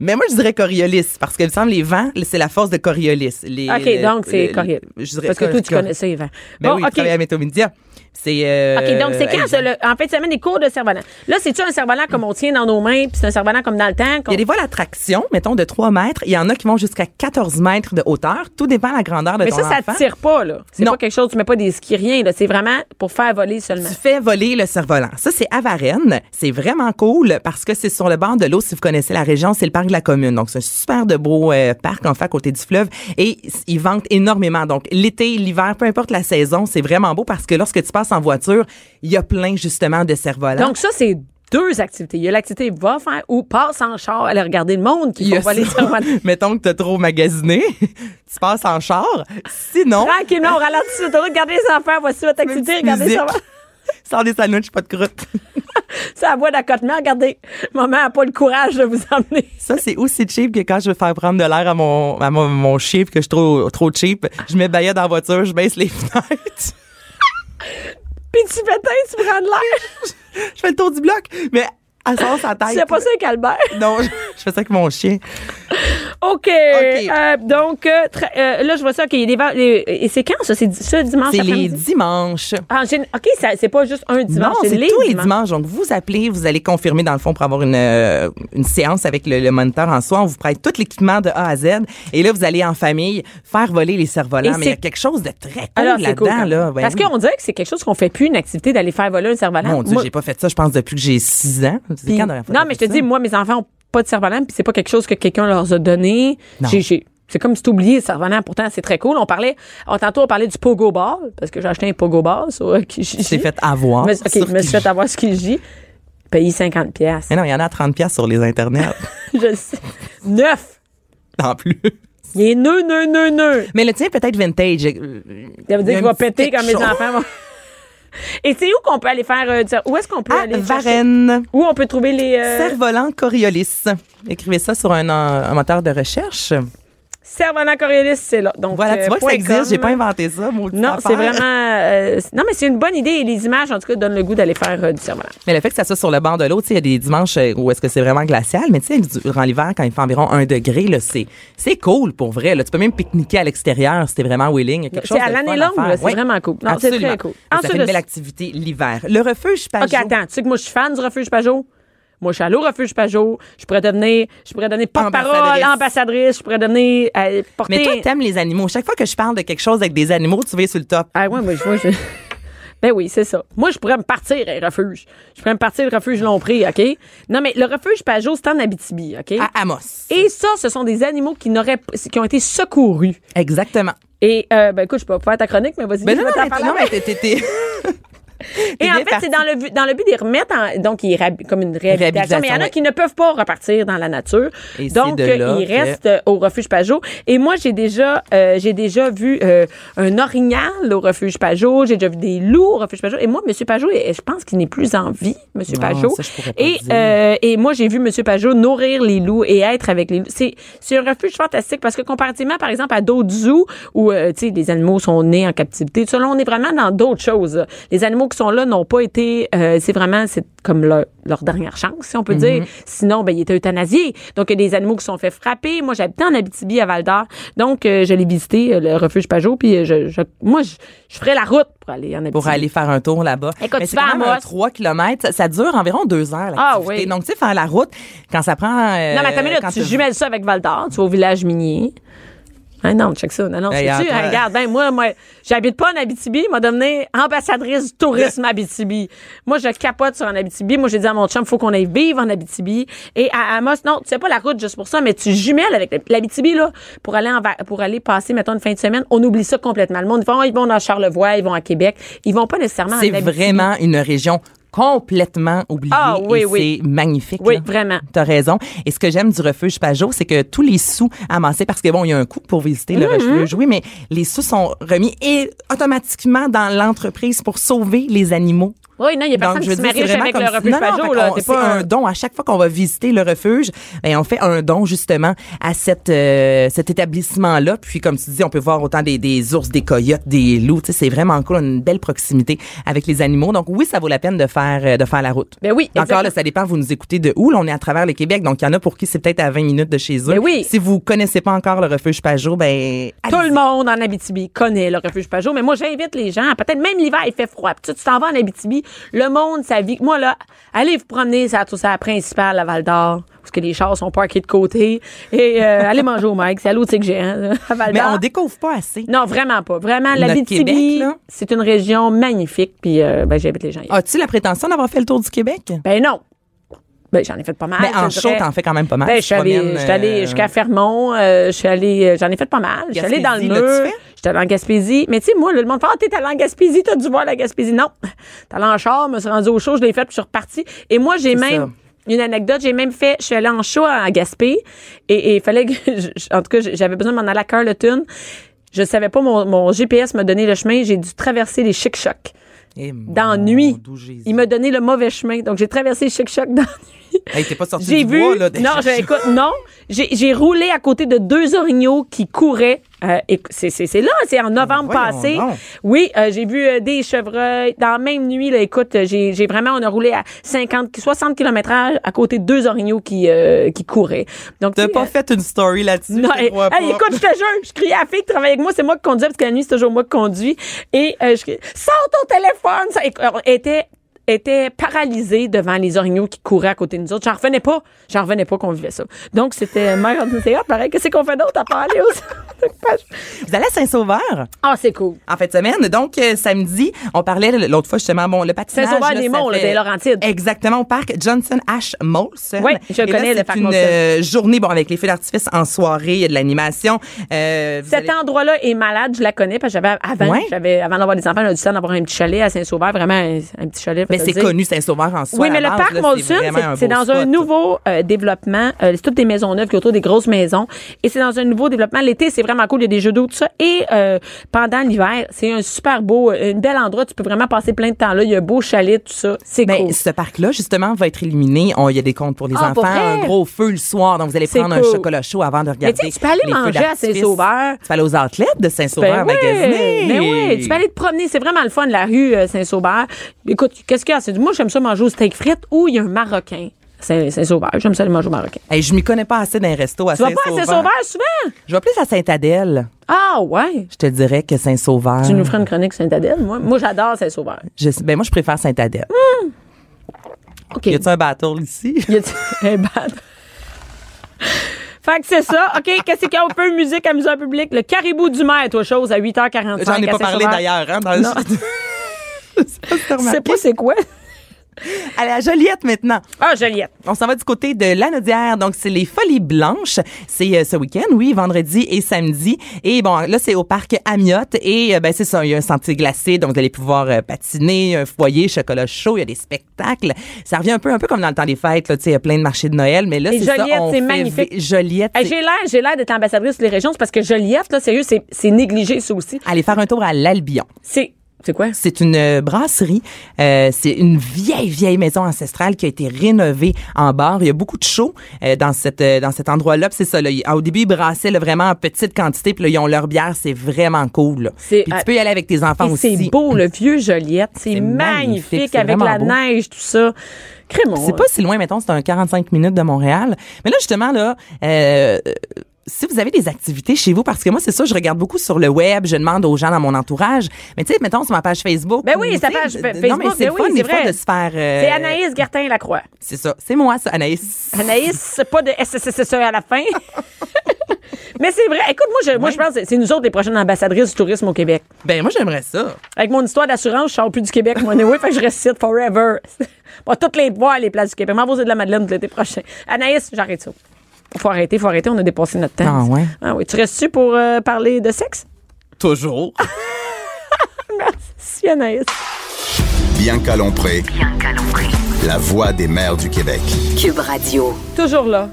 Speaker 2: Mais moi, je dirais Coriolis, parce que, il me semble, les vents, c'est la force de Coriolis. Les,
Speaker 1: OK,
Speaker 2: le-
Speaker 1: donc c'est
Speaker 2: le-
Speaker 1: Coriolis.
Speaker 2: Je dirais
Speaker 1: Parce que toi, tu
Speaker 2: Cor-
Speaker 1: connais ça, Yvan.
Speaker 2: Ben oui,
Speaker 1: OK.
Speaker 2: je travaille à Météo Média. C'est. euh,
Speaker 1: OK, donc c'est quand,
Speaker 2: amusant.
Speaker 1: ça, le- en fin de semaine, les cours de cerf-volant? Là, c'est-tu un cerf-volant comme on tient dans nos mains, puis c'est un cerf-volant comme dans le temps?
Speaker 2: Il
Speaker 1: qu'on-
Speaker 2: y a des voiles à traction, mettons, de 3 mètres. Il y en a qui vont jusqu'à 14 mètres de hauteur. Tout dépend de la grandeur de
Speaker 1: Mais
Speaker 2: ton
Speaker 1: ça, ça
Speaker 2: enfant.
Speaker 1: ne tire pas, là. C'est
Speaker 2: Non.
Speaker 1: pas quelque chose, tu mets pas des skis, rien, là. C'est vraiment pour faire voler seulement.
Speaker 2: Tu fais voler le cerf-volant. Ça, c'est à Varennes. C'est vraiment cool parce que c'est sur le bord de l'eau. Si vous connaissez la région, c'est le parc de la commune. Donc, c'est un super de beau euh, parc, en fait, à côté du fleuve. Et s- ils vendent énormément. Donc, l'été, l'hiver, peu importe la saison, c'est vraiment beau parce que lorsque tu passes en voiture, il y a plein, justement, de cerfs-volants.
Speaker 1: Donc, ça, c'est deux activités. Il y a l'activité va faire ou passe en char, aller regarder le monde qui
Speaker 2: Il y
Speaker 1: font
Speaker 2: a
Speaker 1: voler le
Speaker 2: ça.
Speaker 1: cerf-volant.
Speaker 2: Mettons que t'as trop magasiné, tu passes en char. Sinon,
Speaker 1: Tranquillement, on ralentit sur l'autoroute, regardez les enfants, voici votre activité,
Speaker 2: petite
Speaker 1: regardez
Speaker 2: musique.
Speaker 1: ça.
Speaker 2: sors des sandwichs, pas de croûte.
Speaker 1: Ça la voie d'accotement, regardez. Maman n'a pas le courage de vous emmener.
Speaker 2: Ça, c'est aussi cheap que quand je veux faire prendre de l'air à mon, à mon, mon chien puis que je suis trop, trop cheap. Je mets baillet dans la voiture, je baisse les fenêtres.
Speaker 1: Puis tu pétais, tu prends de l'air.
Speaker 2: je fais le tour du bloc. Mais elle sort sa tête.
Speaker 1: C'est pas ça, Calbert.
Speaker 2: Non, je je fais ça avec mon chien.
Speaker 1: OK. Euh, donc, euh, tra- euh, là, je vois ça. OK, il y a des va- les- Et c'est quand, Ah, ça? C'est di- ce dimanche
Speaker 2: C'est les
Speaker 1: après-midi?
Speaker 2: dimanches.
Speaker 1: Ah, j'ai- OK, ça- c'est pas juste un dimanche.
Speaker 2: non, c'est tous
Speaker 1: les
Speaker 2: les dimanches. Donc, vous appelez, vous allez confirmer, dans le fond, pour avoir une, euh, une séance avec le, le moniteur en soi. On vous prête tout l'équipement de A à Z. Et là, vous allez en famille faire voler les cerfs-volants.
Speaker 1: Et
Speaker 2: Mais il y a
Speaker 1: c'est-
Speaker 2: quelque chose de très cool
Speaker 1: Alors, c'est
Speaker 2: là-dedans.
Speaker 1: cool. quand même.
Speaker 2: là. Ben
Speaker 1: Parce
Speaker 2: oui.
Speaker 1: qu'on dirait que c'est quelque chose qu'on fait plus, une activité d'aller faire voler un cerf-volant.
Speaker 2: Mon Dieu,
Speaker 1: Hein? Moi-
Speaker 2: j'ai pas fait ça, je pense, depuis que j'ai 6 ans. C'est quand la dernière fois que
Speaker 1: Non,
Speaker 2: j'ai
Speaker 1: mais je te
Speaker 2: fait ça?
Speaker 1: dis, moi, mes enfants ont pas de cerf-volant, puis c'est pas quelque chose que quelqu'un leur a donné.
Speaker 2: Non.
Speaker 1: J'ai- j'ai- C'est comme si t'oubliais le cerf-volant. Pourtant, c'est très cool. On parlait, on, tantôt, on parlait du pogo ball, parce que j'ai acheté un pogo ball sur euh, Kijiji.
Speaker 2: Tu t'es fait avoir.
Speaker 1: Mais, OK,
Speaker 2: sur
Speaker 1: je me suis
Speaker 2: qui-
Speaker 1: fait avoir ce Kijiji. Payé 50 pièces.
Speaker 2: Mais non, il y en a à 30 pièces sur les internets.
Speaker 1: Je le sais. Neuf.
Speaker 2: en plus.
Speaker 1: Il est nœud, nœud, nœud, nœud.
Speaker 2: Mais le tien peut-être vintage. Euh,
Speaker 1: Ça veut
Speaker 2: il y
Speaker 1: dire
Speaker 2: a
Speaker 1: qu'il va
Speaker 2: un petit
Speaker 1: péter quand mes
Speaker 2: quelque chose.
Speaker 1: enfants vont. Et c'est où qu'on peut aller faire euh, du cer- Où est-ce qu'on peut
Speaker 2: À
Speaker 1: aller chercher-
Speaker 2: Ah, Varennes.
Speaker 1: Où on peut trouver les euh,
Speaker 2: Cerf-volant Coriolis. Écrivez ça sur un, euh, un moteur de recherche.
Speaker 1: Servana Coriolis, c'est là. Donc,
Speaker 2: Voilà,
Speaker 1: euh,
Speaker 2: tu vois que
Speaker 1: point
Speaker 2: ça existe.
Speaker 1: com.
Speaker 2: J'ai pas inventé ça. mon petit
Speaker 1: Non,
Speaker 2: affaire.
Speaker 1: c'est vraiment. euh, c'est- non, mais c'est une bonne idée. Et les images, en tout cas, donnent le goût d'aller faire euh, du cerf-volant.
Speaker 2: Mais le fait que ça soit sur le bord de l'eau, tu sais, il y a des dimanches euh, où est-ce que c'est vraiment glacial, mais tu sais, durant l'hiver, quand il fait environ un degré, là, c'est, c'est cool pour vrai. Là. Tu peux même pique-niquer à l'extérieur si t'es vraiment willing. Il y a quelque
Speaker 1: C'est
Speaker 2: chose
Speaker 1: à
Speaker 2: de
Speaker 1: l'année
Speaker 2: fun à
Speaker 1: longue,
Speaker 2: faire.
Speaker 1: là, c'est
Speaker 2: Ouais,
Speaker 1: vraiment cool. Non, c'est
Speaker 2: absolument.
Speaker 1: très cool.
Speaker 2: Et Ça
Speaker 1: Ensuite
Speaker 2: fait
Speaker 1: de
Speaker 2: une belle
Speaker 1: ça-
Speaker 2: activité l'hiver. Le refuge Pajot.
Speaker 1: OK, attends. Tu sais que moi, je suis fan du Refuge Pajot. Moi, je suis allée au Refuge Pajot. Je pourrais devenir, je pourrais devenir porte-parole,
Speaker 2: Ambassadrice.
Speaker 1: ambassadrice. Je pourrais devenir euh, porter.
Speaker 2: Mais toi, t'aimes les animaux. Chaque fois que je parle de quelque chose avec des animaux, tu vas sur le top.
Speaker 1: Ah ouais, moi je vois. Je... Ben oui, c'est ça. Moi, je pourrais me partir à un refuge. Je pourrais me partir au refuge Lompré, OK? Non, mais le refuge Pajot, c'est en Abitibi, OK?
Speaker 2: À Amos.
Speaker 1: Et ça, ce sont des animaux qui n'auraient p- qui ont été secourus.
Speaker 2: Exactement.
Speaker 1: Et euh, ben écoute, je peux pas faire ta chronique, mais vas-y.
Speaker 2: Ben
Speaker 1: je
Speaker 2: non,
Speaker 1: vais t'en
Speaker 2: non, mais,
Speaker 1: parler
Speaker 2: non,
Speaker 1: après.
Speaker 2: mais t'es- t'es- t'es-
Speaker 1: Et en
Speaker 2: bien
Speaker 1: fait, c'est dans le, vu- dans le but d'y remettre, en- donc ils réhab- comme une réhabilitation,
Speaker 2: Réhabilitation,
Speaker 1: mais il y en a
Speaker 2: ouais.
Speaker 1: qui ne peuvent pas repartir dans la nature.
Speaker 2: Et
Speaker 1: donc,
Speaker 2: c'est de là
Speaker 1: euh, ils
Speaker 2: que-
Speaker 1: restent euh, au refuge Pajot. Et moi, j'ai déjà, euh, j'ai déjà vu euh, un orignal au refuge Pajot, j'ai déjà vu des loups au refuge Pajot. Et moi, Monsieur Pajot, il- je pense qu'il n'est plus en vie, Monsieur
Speaker 2: Non,
Speaker 1: Pajot.
Speaker 2: ça, je pourrais pas
Speaker 1: et,
Speaker 2: dire.
Speaker 1: euh, et moi, j'ai vu Monsieur Pajot nourrir les loups et être avec les loups. C'est, c'est un refuge fantastique parce que comparativement, par exemple, à d'autres zoos où, euh, tu sais, les animaux sont nés en captivité, tout ça, là, on est vraiment dans d'autres choses. là. Les animaux qui sont là n'ont pas été, euh, c'est vraiment, c'est comme leur, leur dernière chance, si on peut dire.
Speaker 2: Mm-hmm.
Speaker 1: Sinon, ben, ils étaient euthanasiés. Donc, il y a des animaux qui se sont fait frapper. Moi, j'habitais en Abitibi, à Val-d'Or. Donc, euh, je l'ai visité, euh, le refuge Pajot, puis euh, je, je- moi, je, je ferais la route pour aller en Abitibi.
Speaker 2: pour aller faire un tour là-bas.
Speaker 1: Écoute,
Speaker 2: Mais
Speaker 1: tu
Speaker 2: c'est
Speaker 1: vas
Speaker 2: quand
Speaker 1: à
Speaker 2: même un
Speaker 1: Amos.
Speaker 2: 3 km. Ça, ça dure environ deux heures, l'activité.
Speaker 1: Ah oui.
Speaker 2: Donc, tu sais, faire la route, quand ça prend... euh,
Speaker 1: Non, mais attends, mais là,
Speaker 2: quand
Speaker 1: tu
Speaker 2: t'as-
Speaker 1: jumelles ça avec Val d'Or, tu vas au village minier. Ah non, check ça. Non, non,
Speaker 2: Hey,
Speaker 1: c'est-tu?
Speaker 2: attends.
Speaker 1: Hey, regarde, ben, moi, moi, j'habite pas en Abitibi, m'a donné ambassadrice du tourisme Abitibi. Moi, je capote sur en Abitibi. Moi, j'ai dit à mon chum, faut qu'on aille vivre en Abitibi. Et à Amos, non, tu fais pas la route juste pour ça, mais tu jumelles avec l'Abitibi, là, pour aller en va- pour aller passer, mettons, une fin de semaine. On oublie ça complètement. Le monde, ils vont, ils vont dans Charlevoix, ils vont à Québec. Ils vont pas nécessairement en
Speaker 2: C'est
Speaker 1: Abitibi.
Speaker 2: vraiment une région complètement oubliée.
Speaker 1: Ah, oui,
Speaker 2: et
Speaker 1: oui.
Speaker 2: C'est magnifique.
Speaker 1: Oui,
Speaker 2: là.
Speaker 1: vraiment.
Speaker 2: T'as raison. Et ce que j'aime du refuge Pajot, c'est que tous les sous amassés, parce que bon, il y a un coût pour visiter le
Speaker 1: Mm-hmm.
Speaker 2: refuge, oui, mais les sous sont remis et automatiquement dans l'entreprise pour sauver les animaux.
Speaker 1: Oui, non, il y a personne
Speaker 2: Donc, je
Speaker 1: qui
Speaker 2: veux
Speaker 1: se
Speaker 2: dire,
Speaker 1: marie
Speaker 2: c'est vraiment
Speaker 1: avec
Speaker 2: comme
Speaker 1: le
Speaker 2: si-
Speaker 1: refuge
Speaker 2: non, non,
Speaker 1: Pajot,
Speaker 2: fait
Speaker 1: là.
Speaker 2: qu'on-
Speaker 1: T'es
Speaker 2: C'est
Speaker 1: pas
Speaker 2: un don. À chaque fois qu'on va visiter le refuge, ben, on fait un don, justement, à cette, euh, cet établissement-là. Puis, comme tu dis, on peut voir autant des, des ours, des coyotes, des loups. Tu sais, c'est vraiment cool. On a une belle proximité avec les animaux. Donc, oui, ça vaut la peine de faire, euh, de faire la route.
Speaker 1: Ben oui,
Speaker 2: Encore,
Speaker 1: exactement.
Speaker 2: là, ça dépend. Vous nous écoutez de où? Là, on est à travers le Québec. Donc, il y en a pour qui c'est peut-être à 20 minutes de chez eux.
Speaker 1: Ben oui.
Speaker 2: Si vous connaissez pas encore le refuge Pajot, ben,
Speaker 1: Tout
Speaker 2: allez-y.
Speaker 1: le monde en Abitibi connaît le refuge Pajot, mais moi, j'invite les gens, peut-être même l'hiver, il fait froid, puis tu tu t'en vas en Abitibi, le monde, sa vie. Moi, là, allez vous promener sur la tour principale, la Val d'Or, parce que les chars sont parkés de côté, et euh, allez manger au Mike, c'est à l'autre que géant, là, à Val
Speaker 2: Mais
Speaker 1: d'Or.
Speaker 2: on découvre pas assez.
Speaker 1: Non, vraiment pas. Vraiment,
Speaker 2: Notre Québec,
Speaker 1: l'Abitibi,
Speaker 2: là. Ah.
Speaker 1: c'est une région magnifique, puis euh, ben, j'invite les gens. à y aller.
Speaker 2: As-tu la prétention d'avoir fait le tour du Québec?
Speaker 1: Ben non. Ben, j'en ai fait pas mal.
Speaker 2: Ben, en
Speaker 1: je
Speaker 2: show,
Speaker 1: dirais.
Speaker 2: t'en fais quand même pas mal.
Speaker 1: Ben,
Speaker 2: Tu
Speaker 1: je suis allée,
Speaker 2: promènes,
Speaker 1: je suis allée
Speaker 2: euh,
Speaker 1: jusqu'à Fermont, euh, je suis allée, euh, j'en ai fait pas mal. Je suis allée dans le
Speaker 2: Gaspésie, l'as-tu
Speaker 1: mur.
Speaker 2: fait?
Speaker 1: J'étais allée en Gaspésie. Mais tu sais, moi, là, le monde fait, ah, t'es allée en Gaspésie, t'as dû voir la Gaspésie. Non. T'es allée en char, me suis rendue au show, je l'ai fait, puis je suis repartie. Et moi, j'ai même,
Speaker 2: ça.
Speaker 1: une anecdote, j'ai même fait, je suis allée en show à Gaspé, et et il fallait que, je- je- en tout cas, j'avais besoin de m'en aller à Carleton. Je savais pas, mon, mon GPS m'a donné le chemin, j'ai dû traverser les chic-chocs
Speaker 2: Eh,
Speaker 1: dans
Speaker 2: mon
Speaker 1: nuit.
Speaker 2: doux Jésus.
Speaker 1: Il m'a donné le mauvais chemin. Donc, j'ai traversé Chic-Choc dans nuit.
Speaker 2: Hey, t'es pas sorti
Speaker 1: J'ai
Speaker 2: du
Speaker 1: vu.
Speaker 2: bois, là, de-
Speaker 1: non, je- écoute, non. J'ai j'ai roulé à côté de deux orignaux qui couraient. Euh, éc- c'est- c'est c'est là, c'est en novembre
Speaker 2: voyons
Speaker 1: passé.
Speaker 2: donc.
Speaker 1: Oui, euh, j'ai vu euh, des chevreuils. Dans la même nuit, là, écoute, euh, j'ai j'ai vraiment, on a roulé à 50, 60 km à côté de deux orignaux qui, euh, qui couraient. Donc,
Speaker 2: T'as
Speaker 1: tu sais,
Speaker 2: pas
Speaker 1: euh,
Speaker 2: fait une story là-dessus,
Speaker 1: non,
Speaker 2: je te
Speaker 1: hey,
Speaker 2: crois
Speaker 1: hey,
Speaker 2: pas.
Speaker 1: écoute, je te jure, je criais à la fille qui travaille avec moi, c'est moi qui conduis, parce que la nuit, c'est toujours moi qui conduis. Et euh, je criais, sors ton téléphone! Ça, éc- on était, était paralysée devant les orignaux qui couraient à côté de nous autres. J'en revenais pas. J'en revenais pas qu'on vivait ça. Donc, c'était euh, mère de c'est hot, Ah, pareil. Qu'est-ce qu'on fait d'autre à part aller aux...
Speaker 2: Vous allez à Saint-Sauveur
Speaker 1: Ah, c'est cool.
Speaker 2: en fin de semaine. Donc, euh, samedi, on parlait l'autre fois justement, bon, le patinage.
Speaker 1: Saint-Sauveur
Speaker 2: là,
Speaker 1: des
Speaker 2: ça
Speaker 1: Monts, là,
Speaker 2: fait-
Speaker 1: des Laurentides.
Speaker 2: Exactement, au parc Johnson H. Molson.
Speaker 1: Oui, je
Speaker 2: Et là,
Speaker 1: connais le
Speaker 2: C'est
Speaker 1: parc
Speaker 2: une
Speaker 1: Molson.
Speaker 2: euh, journée, bon, avec les feux d'artifice en soirée, il y a de l'animation. Euh, vous
Speaker 1: Cet
Speaker 2: allez-
Speaker 1: endroit-là est malade, je la connais, parce que j'avais avant,
Speaker 2: Ouais.
Speaker 1: j'avais avant d'avoir des enfants, j'avais du temps d'avoir un petit chalet à Saint-Sauveur, vraiment un, un petit chalet. faut
Speaker 2: Mais
Speaker 1: te
Speaker 2: c'est
Speaker 1: le dire.
Speaker 2: connu, Saint-Sauveur en soi.
Speaker 1: Oui,
Speaker 2: à
Speaker 1: mais le
Speaker 2: la base,
Speaker 1: parc
Speaker 2: là,
Speaker 1: Molson,
Speaker 2: c'est vraiment
Speaker 1: c'est- c'est
Speaker 2: beau
Speaker 1: dans un
Speaker 2: spot.
Speaker 1: nouveau euh, développement. Euh, c'est toutes des maisons neuves qui autour des grosses maisons. Et c'est dans un nouveau développement. L'été, c'est vraiment cool. Il y a des jeux d'eau, tout ça. Et euh, pendant l'hiver, c'est un super beau, euh, un bel endroit. Tu peux vraiment passer plein de temps là. Il y a un beau chalet, tout ça. C'est
Speaker 2: Ben,
Speaker 1: cool.
Speaker 2: ce parc-là, justement, va être éliminé. On- Il y a des comptes pour les
Speaker 1: Ah,
Speaker 2: enfants,
Speaker 1: pour vrai?
Speaker 2: un gros feu le soir. Donc, vous allez
Speaker 1: C'est
Speaker 2: prendre
Speaker 1: cool.
Speaker 2: un chocolat chaud avant de regarder.
Speaker 1: tu sais, tu peux aller
Speaker 2: les feux
Speaker 1: manger à
Speaker 2: d'artifice.
Speaker 1: Saint-Sauveur.
Speaker 2: Tu peux aller aux athlètes de Saint-Sauveur
Speaker 1: Ben oui,
Speaker 2: magasiner.
Speaker 1: ben oui, tu peux aller te promener, c'est vraiment le fun la rue euh, Saint-Sauveur. Écoute, qu'est-ce qu'il y a C'est du- moi j'aime ça manger au steak frites ou il y a un marocain. Saint- Saint-Sauveur, j'aime ça aller manger au marocain.
Speaker 2: Hey, je m'y connais pas assez d'un resto à
Speaker 1: Tu vas
Speaker 2: Saint-Sauveur.
Speaker 1: pas à Saint-Sauveur souvent
Speaker 2: Je vais plus à Sainte-Adèle.
Speaker 1: Ah ouais.
Speaker 2: Je te dirais que Saint-Sauveur.
Speaker 1: Tu nous feras une chronique Saint-Adèle, moi. Moi j'adore Saint-Sauveur.
Speaker 2: Je- ben moi, je préfère Sainte-Adèle.
Speaker 1: OK.
Speaker 2: Y a-tu un battle ici?
Speaker 1: Y a-t-il un bad? Fait que c'est ça. OK, qu'est-ce qu'on peut? Musique, amusement public. Le caribou du maire, toi, chose, à 8h45.
Speaker 2: J'en ai
Speaker 1: à
Speaker 2: pas parlé
Speaker 1: Saint-Sauveur.
Speaker 2: d'ailleurs. Hein, dans le...
Speaker 1: Non.
Speaker 2: Je sais pas si t'as
Speaker 1: Je sais
Speaker 2: remarqué.
Speaker 1: pas c'est quoi.
Speaker 2: Allez, à Joliette maintenant.
Speaker 1: Ah, Joliette.
Speaker 2: On s'en va du côté de Lanaudière. Donc, c'est les Folies Blanches. C'est euh, ce week-end, oui, vendredi et samedi. Et bon, là, c'est au parc Amiotte. Et euh, ben, c'est ça, il y a un sentier glacé. Donc, vous allez pouvoir euh, patiner, un foyer, chocolat chaud. Il y a des spectacles. Ça revient un peu, un peu comme dans le temps des fêtes. Là, tu sais, il y a plein de marchés de Noël. Mais là,
Speaker 1: Et
Speaker 2: c'est ça.
Speaker 1: Joliette,
Speaker 2: on
Speaker 1: c'est
Speaker 2: fait
Speaker 1: magnifique.
Speaker 2: vi- Joliette.
Speaker 1: Hey,
Speaker 2: c'est-
Speaker 1: j'ai l'air, j'ai l'air d'être ambassadrice des régions, c'est parce que Joliette, là, sérieux, c'est, c'est négligé, ça aussi.
Speaker 2: Allez faire un tour à l'Albion.
Speaker 1: C'est, c'est quoi?
Speaker 2: C'est une euh, brasserie. Euh, c'est une vieille, vieille maison ancestrale qui a été rénovée en bar. Il y a beaucoup de shows euh, dans cette euh, dans cet endroit-là. Puis C'est ça. Là, il- au début, ils brassaient là, vraiment en petite quantité. Puis là, ils ont leur bière. C'est vraiment cool. là.
Speaker 1: C'est- euh,
Speaker 2: Puis tu peux y aller avec tes enfants
Speaker 1: Et
Speaker 2: aussi.
Speaker 1: c'est beau, le vieux Joliette. C'est,
Speaker 2: C'est
Speaker 1: magnifique,
Speaker 2: magnifique, c'est
Speaker 1: avec la
Speaker 2: vraiment beau.
Speaker 1: neige, tout ça. Crémon.
Speaker 2: C'est pas si loin, mettons, c'est un 45 minutes de Montréal. Mais là, justement, là, euh, si vous avez des activités chez vous, parce que moi, c'est ça, je regarde beaucoup sur le web, je demande aux gens dans mon entourage. Mais tu sais, mettons, sur ma page Facebook.
Speaker 1: Ben oui,
Speaker 2: ou,
Speaker 1: sa
Speaker 2: tu
Speaker 1: page
Speaker 2: sais,
Speaker 1: fa-
Speaker 2: Non, mais
Speaker 1: Facebook,
Speaker 2: c'est
Speaker 1: ben
Speaker 2: le
Speaker 1: oui,
Speaker 2: fun,
Speaker 1: c'est
Speaker 2: des
Speaker 1: vrai.
Speaker 2: fois, de se faire. euh,
Speaker 1: C'est Anaïs Gertin-Lacroix.
Speaker 2: C'est ça. C'est moi, ça, Anaïs.
Speaker 1: Anaïs, c'est pas de SSSSE E à la fin. Mais c'est vrai. Écoute, moi, je, moi, je pense que c'est nous autres les prochaines ambassadrices du tourisme au Québec.
Speaker 2: Ben, moi, j'aimerais ça.
Speaker 1: Avec mon histoire d'assurance, je sors plus du Québec, moi. Anyway, fait que je resite forever. On va toutes les voir, les places du Québec. M'en vas de la Madeleine de l'été prochain. Anaïs, j'arrête ça. Faut arrêter, faut arrêter. On a dépassé notre temps.
Speaker 2: Ah ouais.
Speaker 1: Ah oui. Tu restes-tu pour euh, parler de sexe?
Speaker 2: Toujours.
Speaker 1: Si, Anaïs.
Speaker 4: Bianca Lompré,
Speaker 5: Bianca Lompré.
Speaker 4: la voix des mères du Québec.
Speaker 5: Cube Radio.
Speaker 1: Toujours là.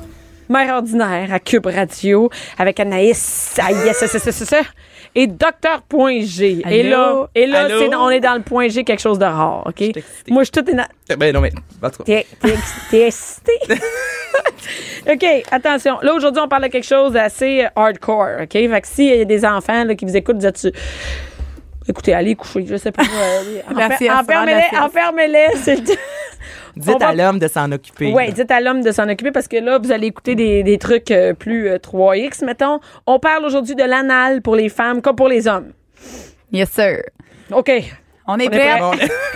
Speaker 1: Mère ordinaire à Cube Radio avec Anaïs. Aïe, ça, ça, ça, ça, ça. et Docteur.G. Et là,
Speaker 2: Allô?
Speaker 1: et là
Speaker 2: Allô?
Speaker 1: c'est- on est dans le point G, quelque chose de rare, OK?
Speaker 2: suis excitée.
Speaker 1: Moi, je suis tout éna-
Speaker 2: Ben non, mais en tout cas.
Speaker 1: T'es t'es- t'es excité. OK, attention. Là, aujourd'hui, on parle de quelque chose d'assez euh, hardcore. OK? Fait que s'il y a des enfants là, qui vous écoutent, vous êtes. sur- Écoutez, allez coucher. Je sais pas. euh,
Speaker 3: La
Speaker 1: enfer-
Speaker 3: sieste, la
Speaker 1: Enfermez-les.
Speaker 3: sieste.
Speaker 1: Enfermez-les. c'est le-
Speaker 2: Dites
Speaker 1: On va-
Speaker 2: à l'homme de s'en occuper.
Speaker 1: Ouais,
Speaker 2: là.
Speaker 1: dites à l'homme de s'en occuper parce que là, vous allez écouter des, des trucs euh, plus euh, 3X, mettons. On parle aujourd'hui de l'anal pour les femmes comme pour les hommes.
Speaker 6: Yes, sir.
Speaker 1: OK.
Speaker 6: On est
Speaker 1: On est prêts.
Speaker 6: prêts?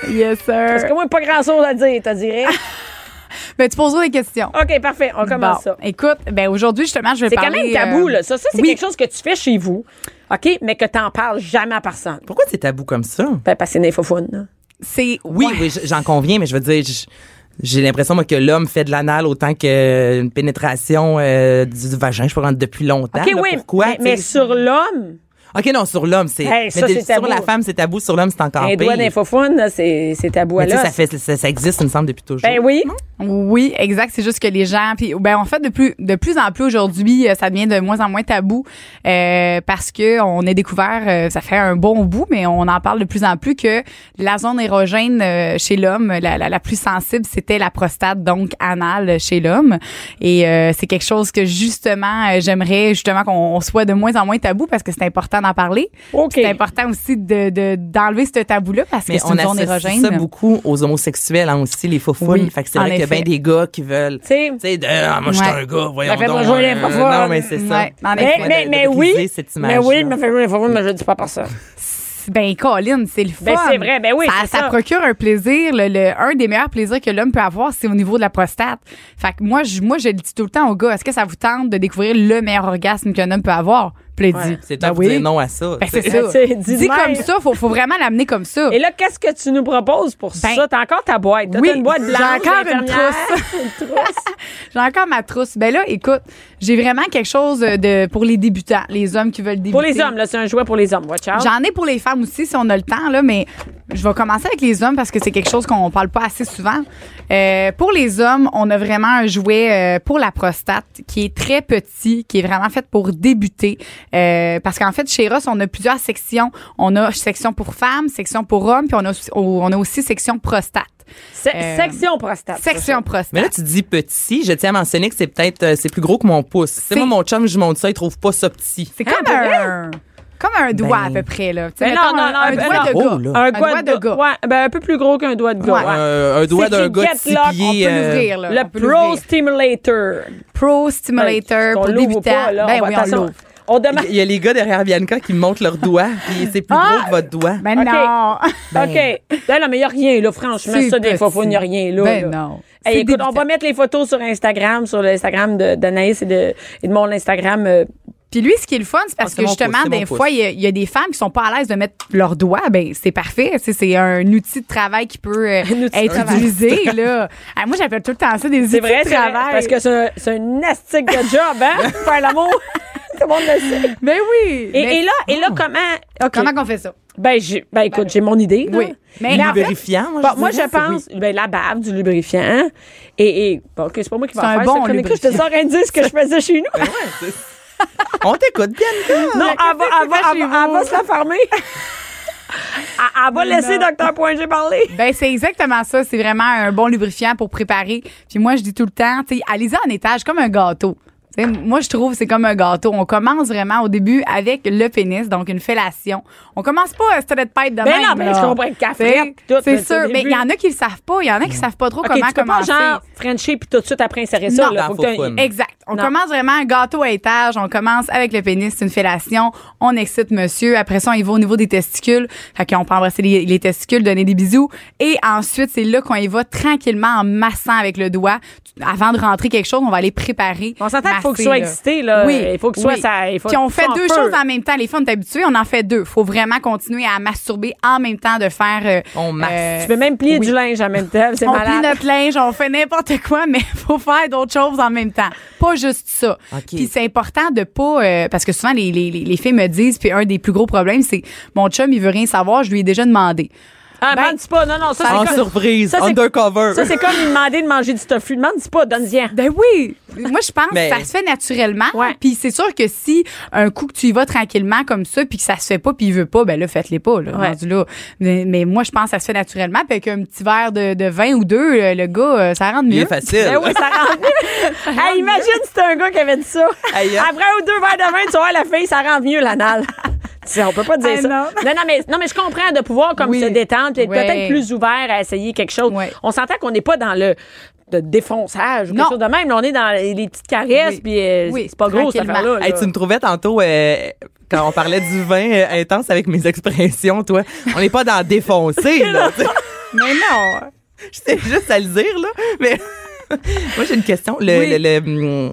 Speaker 2: Bon,
Speaker 6: Yes,
Speaker 1: Parce que
Speaker 6: sir.
Speaker 1: moi, pas grand-chose à dire, t'as dirais.
Speaker 6: Ben, tu poseras des questions.
Speaker 2: Ah!
Speaker 1: OK, parfait. On commence
Speaker 6: Bon,
Speaker 1: Ah, ça.
Speaker 6: Écoute, ben aujourd'hui, justement, je vais
Speaker 1: C'est quand
Speaker 6: parler...
Speaker 1: même tabou,
Speaker 6: euh,
Speaker 1: là. Ça, ça c'est
Speaker 6: oui.
Speaker 1: quelque chose que tu fais chez vous, OK, mais que t'en parles jamais à personne.
Speaker 2: Pourquoi c'est tabou comme ça?
Speaker 1: Ben, parce que c'est néfofoune, là.
Speaker 6: C'est...
Speaker 2: Oui,
Speaker 6: ouais.
Speaker 2: oui, j- j'en conviens, mais je veux dire, j- j'ai l'impression moi, que l'homme fait de l'anal autant qu'une pénétration euh, du, du vagin, je pourrais dire, depuis longtemps.
Speaker 1: OK,
Speaker 2: Ben, là.
Speaker 1: oui,
Speaker 2: Pourquoi?
Speaker 1: mais,
Speaker 2: tu sais?
Speaker 1: mais sur l'homme,
Speaker 2: OK, non, sur l'homme, c'est.
Speaker 1: Hey, ça,
Speaker 2: mais de-
Speaker 1: c'est
Speaker 2: sur
Speaker 1: tabou.
Speaker 2: la femme, c'est tabou, sur l'homme, c'est encore
Speaker 1: un
Speaker 2: pire.
Speaker 1: doigt d'infofoune, là, c'est c'est tabou à
Speaker 2: Mais tu sais, ça,
Speaker 1: l'os.
Speaker 2: fait, ça, ça existe, il me semble, depuis toujours.
Speaker 1: Ben oui.
Speaker 6: Oui, exact. C'est juste que les gens, puis ben en fait de plus de plus en plus aujourd'hui, euh, ça devient de moins en moins tabou euh, parce que on a découvert, euh, ça fait un bon bout, mais on en parle de plus en plus que la zone érogène euh, chez l'homme, la, la, la plus sensible, c'était la prostate donc anale euh, chez l'homme, et euh, c'est quelque chose que justement euh, j'aimerais justement qu'on on soit de moins en moins tabou parce que c'est important d'en parler.
Speaker 1: OK.
Speaker 6: C'est important aussi de de- d'enlever ce tabou là parce
Speaker 2: Mais
Speaker 6: que c'est
Speaker 2: on
Speaker 6: une zone
Speaker 2: associe
Speaker 6: érogène.
Speaker 2: ça beaucoup aux homosexuels, hein, aussi, les faux
Speaker 6: Oui,
Speaker 2: fait que c'est
Speaker 6: en
Speaker 2: vrai qu'il y a
Speaker 6: effet.
Speaker 2: bien des gars qui veulent.
Speaker 1: Tu sais,
Speaker 2: Tu sais, de, ah, moi, je suis
Speaker 6: Ouais.
Speaker 2: un gars, voyons.
Speaker 1: Ça fait
Speaker 2: donc,
Speaker 1: pas jouer les
Speaker 2: euh,
Speaker 1: faux
Speaker 2: Non, mais c'est ça.
Speaker 6: Ouais, en
Speaker 2: De-
Speaker 1: mais,
Speaker 6: effet.
Speaker 1: mais,
Speaker 2: de
Speaker 1: mais
Speaker 2: briser
Speaker 1: oui,
Speaker 2: cette
Speaker 1: mais oui, mais
Speaker 2: image-là.
Speaker 1: fait jouer l'infofoune, mais je le dis pas à personne.
Speaker 6: Ben, Colin, c'est le fun.
Speaker 1: Ben, c'est vrai, ben oui,
Speaker 6: Ça,
Speaker 1: c'est ça.
Speaker 6: procure un plaisir. Le, le- un des meilleurs plaisirs que l'homme peut avoir, c'est au niveau de la prostate. Fait que moi, je, moi, je le dis tout le temps aux gars, est-ce que ça vous tente de découvrir le meilleur orgasme qu'un homme peut avoir? Puis là, il dit,
Speaker 2: C'est
Speaker 6: ben
Speaker 2: temps de
Speaker 6: oui.
Speaker 2: dire non à ça.
Speaker 6: Ben,
Speaker 2: tu
Speaker 6: c'est
Speaker 2: sais.
Speaker 6: ça.
Speaker 1: C'est- dis de
Speaker 6: Dit
Speaker 1: même.
Speaker 6: comme ça, faut, faut vraiment l'amener comme ça.
Speaker 1: Et là, qu'est-ce que tu nous proposes pour
Speaker 6: Ben,
Speaker 1: ça? T'as encore ta boîte. T'as
Speaker 6: oui,
Speaker 1: une boîte
Speaker 6: j'ai
Speaker 1: blanche.
Speaker 6: encore une
Speaker 1: infirmière,
Speaker 6: trousse.
Speaker 1: une trousse.
Speaker 6: J'ai encore ma trousse. Ben là, écoute, j'ai vraiment quelque chose de pour les débutants, les hommes qui veulent débuter.
Speaker 1: Pour les hommes, là, c'est un jouet pour les hommes. Watch out.
Speaker 6: J'en ai pour les femmes aussi, si on a le temps, là, mais je vais commencer avec les hommes parce que c'est quelque chose qu'on parle pas assez souvent. Euh, pour les hommes, on a vraiment un jouet euh, pour la prostate qui est très petit, qui est vraiment fait pour débuter. Euh, parce qu'en fait, chez Ross, on a plusieurs sections. On a section pour femmes, section pour hommes, puis on a, aussi- on a aussi section prostate.
Speaker 1: Se-
Speaker 6: euh,
Speaker 1: Section prostate.
Speaker 6: Section prostate.
Speaker 2: Mais là, tu dis petit. Je tiens à mentionner que c'est peut-être euh, c'est plus gros que mon pouce. C'est moi, mon chum, je lui montre ça, il trouve pas ça petit.
Speaker 6: c'est
Speaker 1: Ah,
Speaker 6: comme un... Comme un doigt à peu près, là. Tu sais,
Speaker 1: Ben non,
Speaker 6: mettons,
Speaker 1: non,
Speaker 6: un-
Speaker 1: non,
Speaker 6: un,
Speaker 1: ben
Speaker 6: doigt
Speaker 1: non.
Speaker 6: de gars.
Speaker 2: Oh, là.
Speaker 1: Un, doigt de
Speaker 6: gars.
Speaker 1: gars. Ouais, ben un peu plus gros qu'un doigt de gars.
Speaker 6: Ouais.
Speaker 1: ouais.
Speaker 2: Euh, un doigt
Speaker 1: C'est
Speaker 2: d'un
Speaker 1: qui
Speaker 2: gars de
Speaker 1: get
Speaker 2: six
Speaker 1: lock, on
Speaker 6: On
Speaker 2: pieds.
Speaker 6: peut
Speaker 2: euh,
Speaker 6: l'ouvrir, là.
Speaker 1: Le
Speaker 6: On peut l'ouvrir.
Speaker 1: Pro Stimulator.
Speaker 6: Pro Stimulator
Speaker 1: Ben, On
Speaker 6: pour
Speaker 1: l'ouvre ou
Speaker 6: débutants.
Speaker 1: pas, là?
Speaker 6: ben
Speaker 1: On va-
Speaker 6: oui, on
Speaker 1: attention.
Speaker 6: l'ouvre.
Speaker 1: On demande.
Speaker 2: Il y a les gars derrière Bianca qui montrent leurs doigts, puis c'est plus gros que votre doigt.
Speaker 6: Ben
Speaker 1: OK.
Speaker 6: non.
Speaker 1: OK. Ben non, mais il n'y a rien, là. Franchement,
Speaker 6: C'est
Speaker 1: ça, des fois,
Speaker 6: petit.
Speaker 1: il n'y a rien, là.
Speaker 6: Ben
Speaker 1: là.
Speaker 6: non.
Speaker 1: Hey,
Speaker 6: C'est
Speaker 1: écoute,
Speaker 6: débutant.
Speaker 1: on va mettre les photos sur Instagram, sur l'Instagram de- d'Anaïs et de, et de mon Instagram. euh,
Speaker 6: Puis lui, ce qui est le fun, c'est
Speaker 2: Ah,
Speaker 6: parce
Speaker 2: c'est
Speaker 6: que
Speaker 2: mon
Speaker 6: justement,
Speaker 2: pouce, c'est
Speaker 6: des
Speaker 2: mon
Speaker 6: fois, il y, a- il y a des femmes qui sont pas à l'aise de mettre leurs doigts. Ben, c'est parfait. Tu sais, C'est un outil de travail qui peut euh,
Speaker 1: outil de
Speaker 6: être
Speaker 1: travail.
Speaker 6: utilisé. Là. Ah, moi, j'appelle tout le temps ça des outils
Speaker 1: C'est vrai,
Speaker 6: de
Speaker 1: c'est vrai,
Speaker 6: travail.
Speaker 1: Parce que c'est un- c'est un astique de job, hein? Faire l'amour. Tout le monde le sait.
Speaker 6: Ben oui.
Speaker 1: Et,
Speaker 6: Mais Ah,
Speaker 1: et là, et là, comment. OK.
Speaker 6: Comment qu'on fait ça?
Speaker 1: Ben, j'ai- ben, écoute, j'ai mon idée. là.
Speaker 6: Oui. Mais en fait,
Speaker 2: Lubrifiant, moi,
Speaker 1: Bon,
Speaker 2: je
Speaker 1: moi,
Speaker 2: dirais,
Speaker 1: je
Speaker 2: c'est
Speaker 1: pense, ben, la bave du lubrifiant. Et, et bon, OK, c'est pas moi qui vais
Speaker 6: C'est
Speaker 1: en
Speaker 6: un
Speaker 1: faire
Speaker 6: bon
Speaker 1: cette chronique-là. Je te sors un indice que je faisais chez nous.
Speaker 2: oui. Ouais, c'est- On t'écoute, Bianca.
Speaker 1: Non, elle va, elle va,
Speaker 6: c'est pas
Speaker 1: elle va-
Speaker 6: chez vous.
Speaker 1: elle va se la fermer. elle, elle va laisser Dr. G parler.
Speaker 6: Ben c'est exactement ça, c'est vraiment un bon lubrifiant pour préparer. Puis moi je dis tout le temps, tu sais, allez-y en étage comme un gâteau. Tu sais, moi, je trouve que c'est comme un gâteau. On commence vraiment au début avec le pénis, donc une fellation. On commence pas à se traiter de pète de
Speaker 1: Ben
Speaker 6: même,
Speaker 1: non, ben,
Speaker 6: là.
Speaker 1: je comprends, avec la
Speaker 6: Tu sais,
Speaker 1: frette, tout, mais
Speaker 6: C'est
Speaker 1: c'est au
Speaker 6: sûr, mais
Speaker 1: début.
Speaker 6: il y en a qui le savent pas. Il y en a qui savent pas trop
Speaker 1: OK,
Speaker 6: comment
Speaker 1: tu peux pas,
Speaker 6: commencer.
Speaker 1: genre, Frencher puis tout de suite après insérer ça.
Speaker 6: Non,
Speaker 1: là,
Speaker 2: non,
Speaker 1: faut que
Speaker 2: faut
Speaker 1: t'aies-
Speaker 2: pas.
Speaker 6: Exact. On
Speaker 1: Non.
Speaker 6: commence vraiment un gâteau à étage. On commence avec le pénis, c'est une fellation. On excite monsieur. Après ça, on y va au niveau des testicules. Fait qu'on peut embrasser les, les testicules, donner des bisous. Et ensuite, c'est là qu'on y va tranquillement en massant avec le doigt. Tu- Avant de rentrer quelque chose, on va aller préparer.
Speaker 1: On s'entend qu'il faut
Speaker 6: masser,
Speaker 1: qu'il soit excité, là.
Speaker 6: Oui.
Speaker 1: Il faut que soit
Speaker 6: oui.
Speaker 1: ça- il faut
Speaker 6: Puis on
Speaker 1: qu'il
Speaker 6: fait
Speaker 1: soit en
Speaker 6: deux
Speaker 1: feu.
Speaker 6: choses en même temps. Les fois, on est habitué, on en fait deux. Faut vraiment continuer à masturber en même temps de faire. euh,
Speaker 2: On masse.
Speaker 1: Tu peux même plier du linge en même temps. C'est
Speaker 6: on plie
Speaker 1: malade.
Speaker 6: notre linge, on fait n'importe quoi, mais faut faire d'autres choses en même temps. Pas juste ça.
Speaker 2: OK.
Speaker 6: Puis c'est important de pas euh, parce que souvent les, les, les- les filles me disent puis un des plus gros problèmes c'est mon chum il veut rien savoir, je lui ai déjà demandé.
Speaker 1: Ah,
Speaker 6: Ben,
Speaker 1: m'en dis pas. Non, non, ça,
Speaker 2: En
Speaker 1: c'est comme...
Speaker 2: surprise,
Speaker 1: ça, c'est-
Speaker 2: undercover.
Speaker 1: Ça, c'est comme lui demander de manger du tofu. Demande dis pas, donne-y-en.
Speaker 6: Ben oui, moi je pense
Speaker 2: Mais-
Speaker 6: que ça se fait naturellement.
Speaker 1: Ouais.
Speaker 6: Puis c'est sûr que si un coup que tu y vas tranquillement comme ça, puis que ça se fait pas, puis il veut pas, ben là faites-les pas. Là,
Speaker 1: Ouais.
Speaker 6: rendu là. Mais, mais moi je pense que ça se fait naturellement, puis avec un petit verre de, de vin ou deux, euh, le gars euh, ça rentre
Speaker 2: Bien
Speaker 6: mieux.
Speaker 2: facile.
Speaker 1: Ben oui, ça rend mieux. hein. Hey, imagine si c'était un gars qui avait dit ça.
Speaker 2: Aïe.
Speaker 1: Après un ou deux verres de vin, tu vois, la fille, ça rend mieux l'anal. Tu sais, On peut pas dire
Speaker 6: Ah,
Speaker 1: ça.
Speaker 6: non.
Speaker 1: non, mais, non, mais je comprends de pouvoir comme
Speaker 6: Oui.
Speaker 1: se détendre, puis être
Speaker 6: Ouais.
Speaker 1: peut-être plus ouvert à essayer quelque chose.
Speaker 6: Ouais.
Speaker 1: On s'entend qu'on n'est pas dans le de défonçage ou quelque
Speaker 6: Non.
Speaker 1: chose de même. Là, on est dans les les petites caresses,
Speaker 6: Oui.
Speaker 1: puis euh,
Speaker 6: Oui,
Speaker 1: c'est pas gros cette
Speaker 6: tranquillement.
Speaker 1: affaire-là. là.
Speaker 2: Hey, tu me trouvais tantôt euh, quand on parlait du vin euh, intense avec mes expressions, toi. On n'est pas dans défoncer, là. tu sais.
Speaker 6: Mais non.
Speaker 2: Je sais juste à le dire, là. Mais moi, j'ai une question. Le,
Speaker 6: Oui.
Speaker 2: le, le- mm,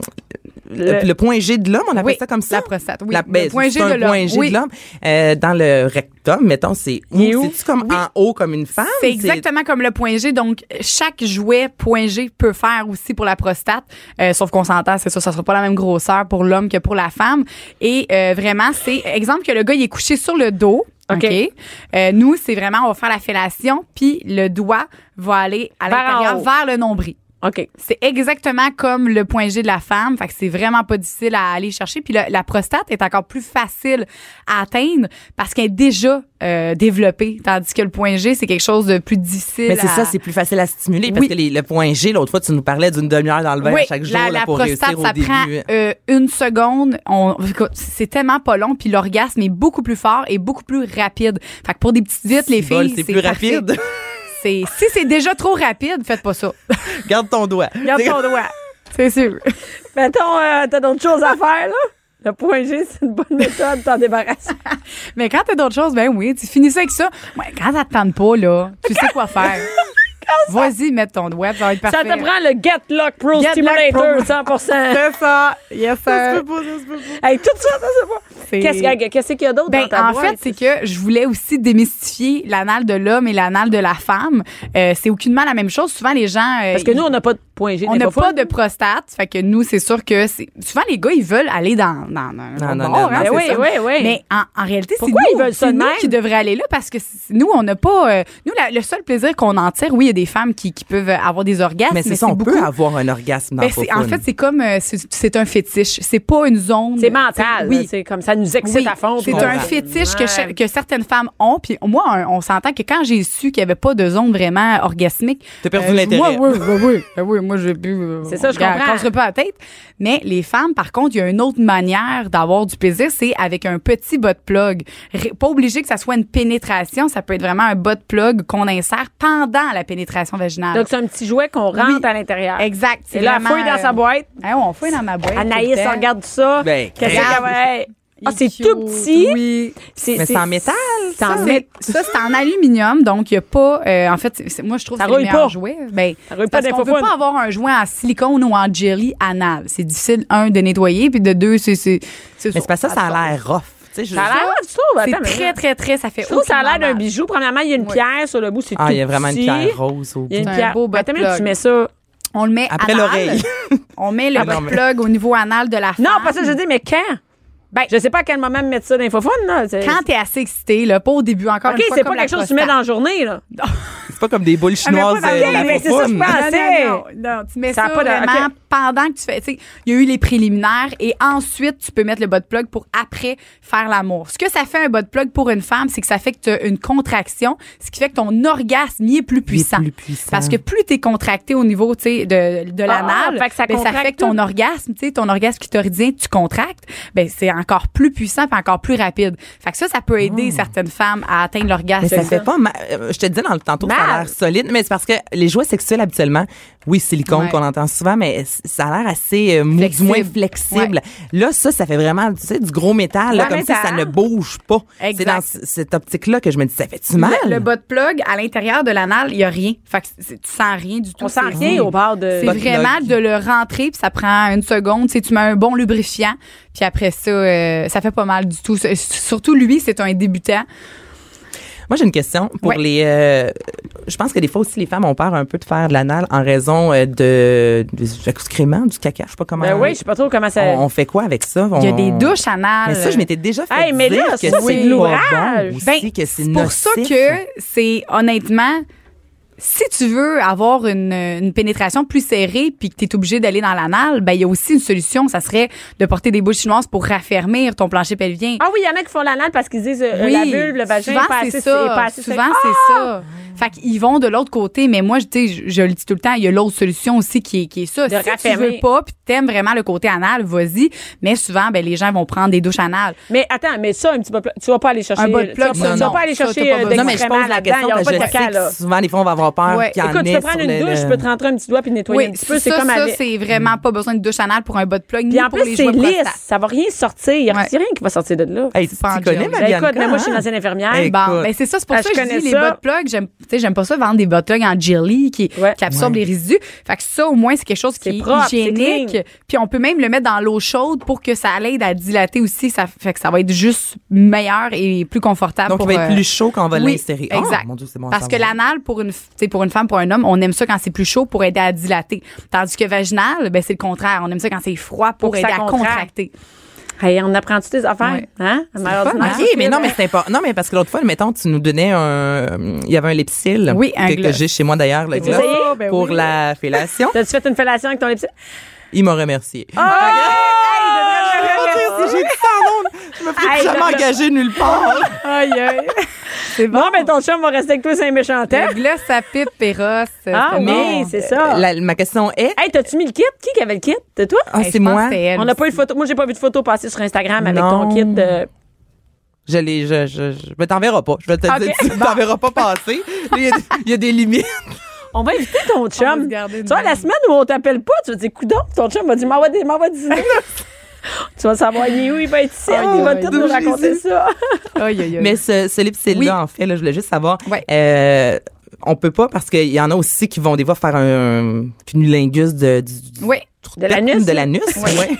Speaker 1: Le-
Speaker 2: le point G de l'homme, on appelle
Speaker 6: Oui,
Speaker 2: ça comme ça?
Speaker 6: la prostate, oui.
Speaker 2: La-
Speaker 6: Le
Speaker 2: ben,
Speaker 6: point
Speaker 2: c'est
Speaker 6: G
Speaker 2: un
Speaker 6: de l'homme,
Speaker 2: point G
Speaker 6: oui.
Speaker 2: de l'homme. Euh, dans le rectum, mettons, c'est où?
Speaker 1: Il est où?
Speaker 2: C'est-tu comme en haut, comme une femme?
Speaker 6: C'est exactement comme le point G. Donc, chaque jouet point G peut faire aussi pour la prostate. Euh, sauf qu'on s'entend, c'est ça, ça sera pas la même grosseur pour l'homme que pour la femme. Et euh, vraiment, c'est exemple que le gars, il est couché sur le dos. OK.
Speaker 1: OK.
Speaker 6: Euh, nous, c'est vraiment, on va faire la fellation, puis le doigt va aller à
Speaker 1: Vers en
Speaker 6: l'intérieur,
Speaker 1: haut.
Speaker 6: vers le nombril.
Speaker 1: OK.
Speaker 6: C'est exactement comme le point G de la femme. Fait que c'est vraiment pas difficile à aller chercher. Puis la, la prostate est encore plus facile à atteindre parce qu'elle est déjà euh, développée. Tandis que le point G, c'est quelque chose de plus difficile.
Speaker 2: Mais ben, c'est ça,
Speaker 6: à-
Speaker 2: c'est plus facile à stimuler parce
Speaker 6: Oui.
Speaker 2: que les- le point G, l'autre fois, tu nous parlais d'une demi-heure dans le vin
Speaker 6: Oui,
Speaker 2: à chaque jour
Speaker 6: la,
Speaker 2: là,
Speaker 6: la
Speaker 2: pour
Speaker 6: prostate,
Speaker 2: réussir au
Speaker 6: ça
Speaker 2: début. hein.
Speaker 6: prend euh, une seconde. On, écoute, c'est tellement pas long, puis l'orgasme est beaucoup plus fort et beaucoup plus rapide. Fait que pour des petites vites, les
Speaker 2: Bol,
Speaker 6: filles,
Speaker 2: c'est plus
Speaker 6: parfait.
Speaker 2: rapide.
Speaker 6: C'est- si c'est déjà trop rapide, faites pas ça.
Speaker 2: Garde ton doigt.
Speaker 1: Regarde ton doigt.
Speaker 6: C'est sûr.
Speaker 1: Mettons, euh, t'as d'autres choses à faire, là? Le point G, c'est une bonne méthode de t'en débarrasser.
Speaker 6: Mais quand t'as d'autres choses, ben oui, tu finis ça avec ça. Ouais, quand ça te tente pas, là, tu sais quoi faire. Vas-y, mets ton doigt, ça va être
Speaker 1: Ça
Speaker 6: parfait.
Speaker 1: te prend le Get Lock Pro
Speaker 6: Get Lock
Speaker 1: Stimulator, 100
Speaker 6: Pro. C'est ça. Yes, sir.
Speaker 1: Hey, tout ça, ça, c'est pas.
Speaker 6: C'est-
Speaker 1: Qu'est-ce qu'il y a- qu'est-ce qu'il y a d'autre
Speaker 6: Ben,
Speaker 1: dans ta
Speaker 6: en
Speaker 1: boîte?
Speaker 6: fait, c'est que je voulais aussi démystifier l'anal de l'homme et l'anal de la femme. Euh, c'est aucunement la même chose. Souvent, les gens. euh,
Speaker 1: Parce que
Speaker 6: ils-
Speaker 1: nous, on n'a pas de point G.
Speaker 6: on
Speaker 1: des
Speaker 6: n'a
Speaker 1: fois.
Speaker 6: pas de prostate. Fait que nous, c'est sûr que. c'est- Souvent, les gars, ils veulent aller dans. dans, un
Speaker 2: Non, non,
Speaker 6: autre bord,
Speaker 2: non,
Speaker 6: hein,
Speaker 2: non,
Speaker 6: c'est
Speaker 1: Ben oui,
Speaker 6: ça.
Speaker 1: oui, oui.
Speaker 6: Mais en, en réalité, c'est nous,
Speaker 1: Pourquoi ils veulent ça
Speaker 6: c'est
Speaker 1: de
Speaker 6: nous
Speaker 1: même?
Speaker 6: qui devraient aller là parce que c'est- nous, on n'a pas. euh, nous, la- le seul plaisir qu'on en tire, oui, il y a des femmes qui, qui peuvent avoir des orgasmes,
Speaker 2: Mais
Speaker 6: Ah, mais
Speaker 2: c'est ça, on
Speaker 6: beaucoup.
Speaker 2: peut avoir un orgasme dans
Speaker 6: Ben,
Speaker 2: la
Speaker 6: c'est- en
Speaker 2: foufoune.
Speaker 6: fait, c'est comme. euh, c'est c'est un fétiche. C'est pas une zone.
Speaker 1: C'est mental.
Speaker 6: Oui.
Speaker 1: là, C'est comme ça nous excite
Speaker 6: Oui,
Speaker 1: à fond.
Speaker 6: C'est
Speaker 1: puis
Speaker 6: un
Speaker 1: on-
Speaker 6: fétiche que,
Speaker 1: Ouais.
Speaker 6: cha- que certaines femmes ont. Puis moi, un- on s'entend que quand j'ai su qu'il n'y avait pas de zone vraiment orgasmique. euh,
Speaker 2: T'as perdu l'intérêt.
Speaker 6: Moi, oui, oui, oui, ben oui, oui, moi, j'ai pu. euh,
Speaker 1: C'est ça, je
Speaker 6: regarde,
Speaker 1: comprends.
Speaker 6: casserai pas la tête. Mais les femmes, par contre, il y a une autre manière d'avoir du plaisir, c'est avec un petit bas de plug. Ré- Pas obligé que ça soit une pénétration, ça peut être vraiment un bas de plug qu'on insère pendant la pénétration vaginale.
Speaker 1: Donc, c'est un petit jouet qu'on rentre à l'intérieur.
Speaker 6: exact.
Speaker 1: Et là, elle
Speaker 6: vraiment,
Speaker 1: fouille dans
Speaker 6: euh,
Speaker 1: sa boîte.
Speaker 6: hein, on fouille dans ma boîte.
Speaker 1: Anaïs,
Speaker 6: tout le temps.
Speaker 1: regarde ça.
Speaker 2: Ben,
Speaker 1: Qu'est-ce qu'il y
Speaker 2: regarde.
Speaker 1: a? Hey. Ah,
Speaker 6: Il est
Speaker 1: c'est tout
Speaker 6: cute,
Speaker 1: petit.
Speaker 6: Oui.
Speaker 2: Mais c'est en métal,
Speaker 1: C'est en
Speaker 6: Ça,
Speaker 1: métal.
Speaker 6: c'est- ça, c'est en aluminium, donc il n'y a pas. euh, en fait, c'est- c'est- moi, je trouve
Speaker 1: Ça
Speaker 6: que c'est
Speaker 1: rouille
Speaker 6: le meilleur
Speaker 1: pas.
Speaker 6: jouet. Ben,
Speaker 1: Ça rouille pas
Speaker 6: parce
Speaker 1: des
Speaker 6: qu'on ne peut
Speaker 1: faufounes.
Speaker 6: pas avoir un joint en silicone ou en jelly anal. C'est difficile, un, de nettoyer, puis de deux, c'est. c'est-
Speaker 2: Mais c'est pas ça, ça a l'air rough. Tu sais, je-
Speaker 1: Ça a l'air, tu trouves? Oh,
Speaker 6: C'est
Speaker 1: Attends, mais-
Speaker 6: très, très, très. Ça fait.
Speaker 1: Je trouve que oh, ça a l'air d'un
Speaker 6: aucunement mal.
Speaker 1: bijou. Premièrement, il y a une
Speaker 6: Oui.
Speaker 1: pierre sur le bout, c'est tout
Speaker 2: Ah, il y a vraiment une
Speaker 1: petit.
Speaker 2: pierre rose au
Speaker 1: Il y a une
Speaker 2: bout.
Speaker 6: C'est un
Speaker 1: pierre.
Speaker 6: beau bas
Speaker 1: Attends,
Speaker 6: de
Speaker 1: mais
Speaker 6: plug.
Speaker 1: tu mets ça.
Speaker 6: On le met
Speaker 2: Après
Speaker 6: anal.
Speaker 2: l'oreille.
Speaker 6: On met le
Speaker 2: Ah, non, mais-
Speaker 6: plug au niveau anal de la femme.
Speaker 1: Non, parce que je dis, mais quand?
Speaker 6: Ben,
Speaker 1: Je sais pas à quel moment mettre ça dans l'infophone, là. C'est-
Speaker 6: quand t'es assez excité, là, pas au début encore.
Speaker 1: OK,
Speaker 6: une fois,
Speaker 1: c'est
Speaker 6: comme
Speaker 1: pas
Speaker 6: la
Speaker 1: quelque chose que tu mets
Speaker 6: prostate.
Speaker 1: dans la journée, là.
Speaker 2: C'est pas comme des boules
Speaker 6: Ah, mais pas
Speaker 2: chinoises.
Speaker 6: dans-
Speaker 2: euh,
Speaker 6: Ok,
Speaker 2: la
Speaker 1: mais c'est ça, je
Speaker 2: foufoune.
Speaker 1: pense.
Speaker 6: Non,
Speaker 1: Assez.
Speaker 6: non, non, non, tu mets
Speaker 1: Ça a
Speaker 6: ça,
Speaker 1: pas de-
Speaker 6: vraiment
Speaker 1: ok.
Speaker 6: pendant que tu fais. tu sais, Il y a eu les préliminaires et ensuite, tu peux mettre le bas de plug pour après faire l'amour. Ce que ça fait un bas de plug pour une femme, c'est que ça fait que tu as une contraction, ce qui fait que ton orgasme y est plus puissant.
Speaker 2: plus puissant.
Speaker 6: Parce que plus tu es contracté au niveau tu sais, de, de l'anal,
Speaker 1: Ah, fait que ça
Speaker 6: ben, ça
Speaker 1: contracte
Speaker 6: fait que ton
Speaker 1: tout.
Speaker 6: orgasme, tu sais, ton orgasme clitoridien, tu contractes, ben, c'est encore plus puissant et encore plus rapide. Fait que ça, ça peut aider
Speaker 1: Ah.
Speaker 6: certaines femmes à atteindre l'orgasme.
Speaker 2: Mais ça fait pas mal. Euh, Je te disais dans le tantôt, ça a
Speaker 1: Mal.
Speaker 2: l'air solide, mais c'est parce que les jouets sexuels habituellement, oui, silicone
Speaker 6: Ouais.
Speaker 2: qu'on entend souvent, mais c- ça a l'air assez euh, mou, du
Speaker 6: Flexible.
Speaker 2: moins flexible. Là, ça, ça fait vraiment, tu sais, du gros métal, là,
Speaker 1: Ouais,
Speaker 2: comme
Speaker 1: mais
Speaker 2: si
Speaker 1: ça-
Speaker 2: ça ne bouge pas. C'est
Speaker 6: Exact.
Speaker 2: dans c- cette optique-là que je me dis, ça fait-tu mal?
Speaker 6: Le, le bas de plug, à l'intérieur de l'anal, il n'y a rien. Fait que c'est- tu sens rien du tout.
Speaker 1: On sent
Speaker 6: C'est-
Speaker 1: rien au bord de.
Speaker 6: C'est
Speaker 2: Bas de plug.
Speaker 6: vraiment de le rentrer, puis ça prend une seconde. Tu sais, tu mets un bon lubrifiant, puis après ça, euh, ça fait pas mal du tout. S- Surtout lui, c'est un débutant.
Speaker 2: Moi, j'ai une question pour
Speaker 6: Ouais.
Speaker 2: les. euh, je pense que des fois aussi, les femmes ont peur un peu de faire de l'anal en raison euh, de des excréments, du caca. Je sais pas comment.
Speaker 1: Ben oui, je sais pas trop comment ça.
Speaker 2: on, on fait quoi avec ça
Speaker 6: Il y a
Speaker 2: On-
Speaker 6: des douches anales.
Speaker 2: Oh. Mais ça, je m'étais déjà fait
Speaker 1: Hey, mais
Speaker 2: dire
Speaker 1: là,
Speaker 2: que
Speaker 1: ça,
Speaker 2: c'est
Speaker 1: c'est de
Speaker 2: pas
Speaker 1: l'ouvrage.
Speaker 2: bon aussi,
Speaker 6: Ben,
Speaker 2: que c'est
Speaker 6: pour ça
Speaker 2: nocif.
Speaker 6: que c'est honnêtement si tu veux avoir une, une pénétration plus serrée puis que tu es obligé d'aller dans l'anal, ben il y a aussi une solution, ça serait de porter des boules chinoises pour raffermir ton plancher pelvien.
Speaker 1: Ah oui, il y en a qui font l'anal parce qu'ils disent euh, la vulve, le vagin,
Speaker 6: souvent
Speaker 1: pas
Speaker 6: c'est
Speaker 1: assez,
Speaker 6: ça.
Speaker 1: pas assez Ah!
Speaker 6: souvent
Speaker 1: sec.
Speaker 6: c'est ça. Fait qu'ils vont de l'autre côté, mais moi je tu sais, je, je le dis tout le temps, il y a l'autre solution aussi qui est qui est ça.
Speaker 1: De
Speaker 6: si
Speaker 1: raffermer.
Speaker 6: tu veux pas puis t'aimes vraiment le côté anal, vas-y, mais souvent ben les gens vont prendre des douches anales.
Speaker 1: Mais attends, mais ça, un petit peu, pla- tu vas pas aller chercher.
Speaker 6: Un bas de
Speaker 1: tu
Speaker 6: plug,
Speaker 1: vas-
Speaker 6: ça,
Speaker 1: tu vas
Speaker 6: non.
Speaker 1: pas aller
Speaker 6: Ça, t'as
Speaker 1: chercher
Speaker 6: pas
Speaker 1: euh,
Speaker 6: besoin.
Speaker 2: Non, mais je
Speaker 1: d'excréments
Speaker 2: pose la
Speaker 1: là-dedans.
Speaker 2: question
Speaker 1: Il y a
Speaker 2: parce
Speaker 1: pas
Speaker 2: que
Speaker 1: de
Speaker 2: je
Speaker 1: caca,
Speaker 2: sais
Speaker 1: là.
Speaker 2: que souvent, des fois, on va avoir peur
Speaker 6: Ouais.
Speaker 2: qu'il y en
Speaker 1: Écoute, tu
Speaker 2: ait
Speaker 1: peux prendre
Speaker 2: sur
Speaker 1: une
Speaker 2: le-
Speaker 1: douche,
Speaker 2: le-
Speaker 1: je peux te rentrer un petit doigt puis nettoyer
Speaker 6: Oui,
Speaker 1: un petit peu. C'est
Speaker 6: ça,
Speaker 1: comme
Speaker 6: ça,
Speaker 1: aller-
Speaker 6: c'est vraiment pas besoin de douche anale pour un bas de plug, ni
Speaker 1: Puis en
Speaker 6: pour
Speaker 1: plus,
Speaker 6: les
Speaker 1: c'est
Speaker 6: jouets
Speaker 1: lisse.
Speaker 6: prostate.
Speaker 1: Ça va rien sortir. Il n'y a
Speaker 6: Ouais.
Speaker 1: rien qui va sortir de là.
Speaker 2: Hey, tu
Speaker 6: pas en
Speaker 2: t'y connais,
Speaker 6: gel.
Speaker 2: ma
Speaker 1: Ben, écoute, mais moi, je suis une ancienne infirmière.
Speaker 2: Hey,
Speaker 6: Bon,
Speaker 2: hein? Écoute.
Speaker 6: ben c'est ça, c'est pour
Speaker 1: Ah,
Speaker 6: ça
Speaker 1: je
Speaker 6: que je
Speaker 1: connais
Speaker 6: dis les
Speaker 1: ça.
Speaker 6: bas de plug, j'aime tu sais, j'aime pas ça vendre des bas de plug en jelly qui,
Speaker 1: Ouais.
Speaker 6: qui absorbent les résidus. Fait que ça au moins c'est quelque chose
Speaker 1: C'est
Speaker 6: qui est
Speaker 1: propre, c'est
Speaker 6: hygiénique,
Speaker 1: clean.
Speaker 6: puis on peut même le mettre dans l'eau chaude pour que ça l'aide à dilater aussi, ça fait que ça va être juste meilleur et plus confortable
Speaker 2: Donc,
Speaker 6: pour,
Speaker 2: il va être
Speaker 6: euh,
Speaker 2: plus chaud quand on va
Speaker 6: oui,
Speaker 2: l'insérer. Ah,
Speaker 6: Exact.
Speaker 2: mon Dieu, c'est bon à
Speaker 6: Parce que
Speaker 2: savoir.
Speaker 6: l'anal, pour une, f- t'sais, pour une femme, pour un homme, on aime ça quand c'est plus chaud pour aider à dilater. Tandis que vaginal, ben, c'est le contraire. On aime ça quand c'est froid
Speaker 1: Pour
Speaker 6: pour,
Speaker 1: que
Speaker 6: aider
Speaker 1: ça
Speaker 6: à
Speaker 1: contracte.
Speaker 6: contracter.
Speaker 1: Hey, on apprend-tu des affaires?
Speaker 6: Ouais.
Speaker 1: Hein? Malheureusement.
Speaker 2: OK, mais non, mais c'est important. Non, mais parce que l'autre fois, mettons, tu nous donnais un. Il y avait un lipsil.
Speaker 6: Oui, un
Speaker 2: Que, que
Speaker 6: gloss.
Speaker 2: j'ai chez moi d'ailleurs, le
Speaker 1: T'as-tu
Speaker 2: gloss.
Speaker 1: essayé? Oh, ben
Speaker 2: Pour
Speaker 1: oui.
Speaker 2: la fellation.
Speaker 1: T'as-tu fait une fellation avec ton lipstick?
Speaker 2: Il m'a remercié.
Speaker 1: Oh! Hey, de vrai, de
Speaker 2: Mon
Speaker 1: vrai, de vrai.
Speaker 2: Dieu, si Ah, j'ai dit ça en ondes, je me
Speaker 1: Hey,
Speaker 2: fais
Speaker 1: je-
Speaker 2: jamais engager nulle part.
Speaker 6: Aïe, aïe. c'est bon.
Speaker 1: Bon, ben ton chum va rester avec toi, c'est un méchant temps.
Speaker 6: Le gloss à pipe, Péros.
Speaker 1: Ah oui,
Speaker 2: bon.
Speaker 1: c'est ça.
Speaker 2: La- ma question est.
Speaker 1: Hey, t'as-tu mis le kit? Qui qui avait le kit? C'est toi?
Speaker 2: Ah, c'est moi.
Speaker 1: On n'a pas eu de photo. Moi, j'ai pas vu de photo passer sur Instagram avec
Speaker 2: Non.
Speaker 1: ton kit. euh,
Speaker 2: Je l'ai. Je, je, je, je t'en verrai pas. Je vais te
Speaker 1: Ok,
Speaker 2: dire, tu
Speaker 1: bon.
Speaker 2: t'en verras pas passer. Là, Il y, a des- il y a des limites.
Speaker 1: On va inviter ton
Speaker 6: va se
Speaker 1: chum.
Speaker 6: garder
Speaker 1: Tu
Speaker 6: une
Speaker 1: vois, la
Speaker 6: main.
Speaker 1: semaine où on t'appelle pas, tu vas dire, coudon, ton chum va dire, m'envoie des- m'envoie dîner. tu vas savoir, il est où, il va être ici, hein, il va
Speaker 6: oui,
Speaker 1: tout
Speaker 6: de
Speaker 1: nous raconter
Speaker 2: Jésus.
Speaker 1: ça.
Speaker 6: Aïe, aïe, aïe.
Speaker 2: Mais ce, ce lipsil-là,
Speaker 6: Oui.
Speaker 2: en fait, là, je voulais juste savoir.
Speaker 6: Ouais.
Speaker 2: Euh, on peut pas parce qu'il y en a aussi qui vont des fois faire un cumulingus de, du, du-
Speaker 6: Oui.
Speaker 1: De l'anus?
Speaker 2: De l'anus.
Speaker 6: Ouais.
Speaker 2: ouais.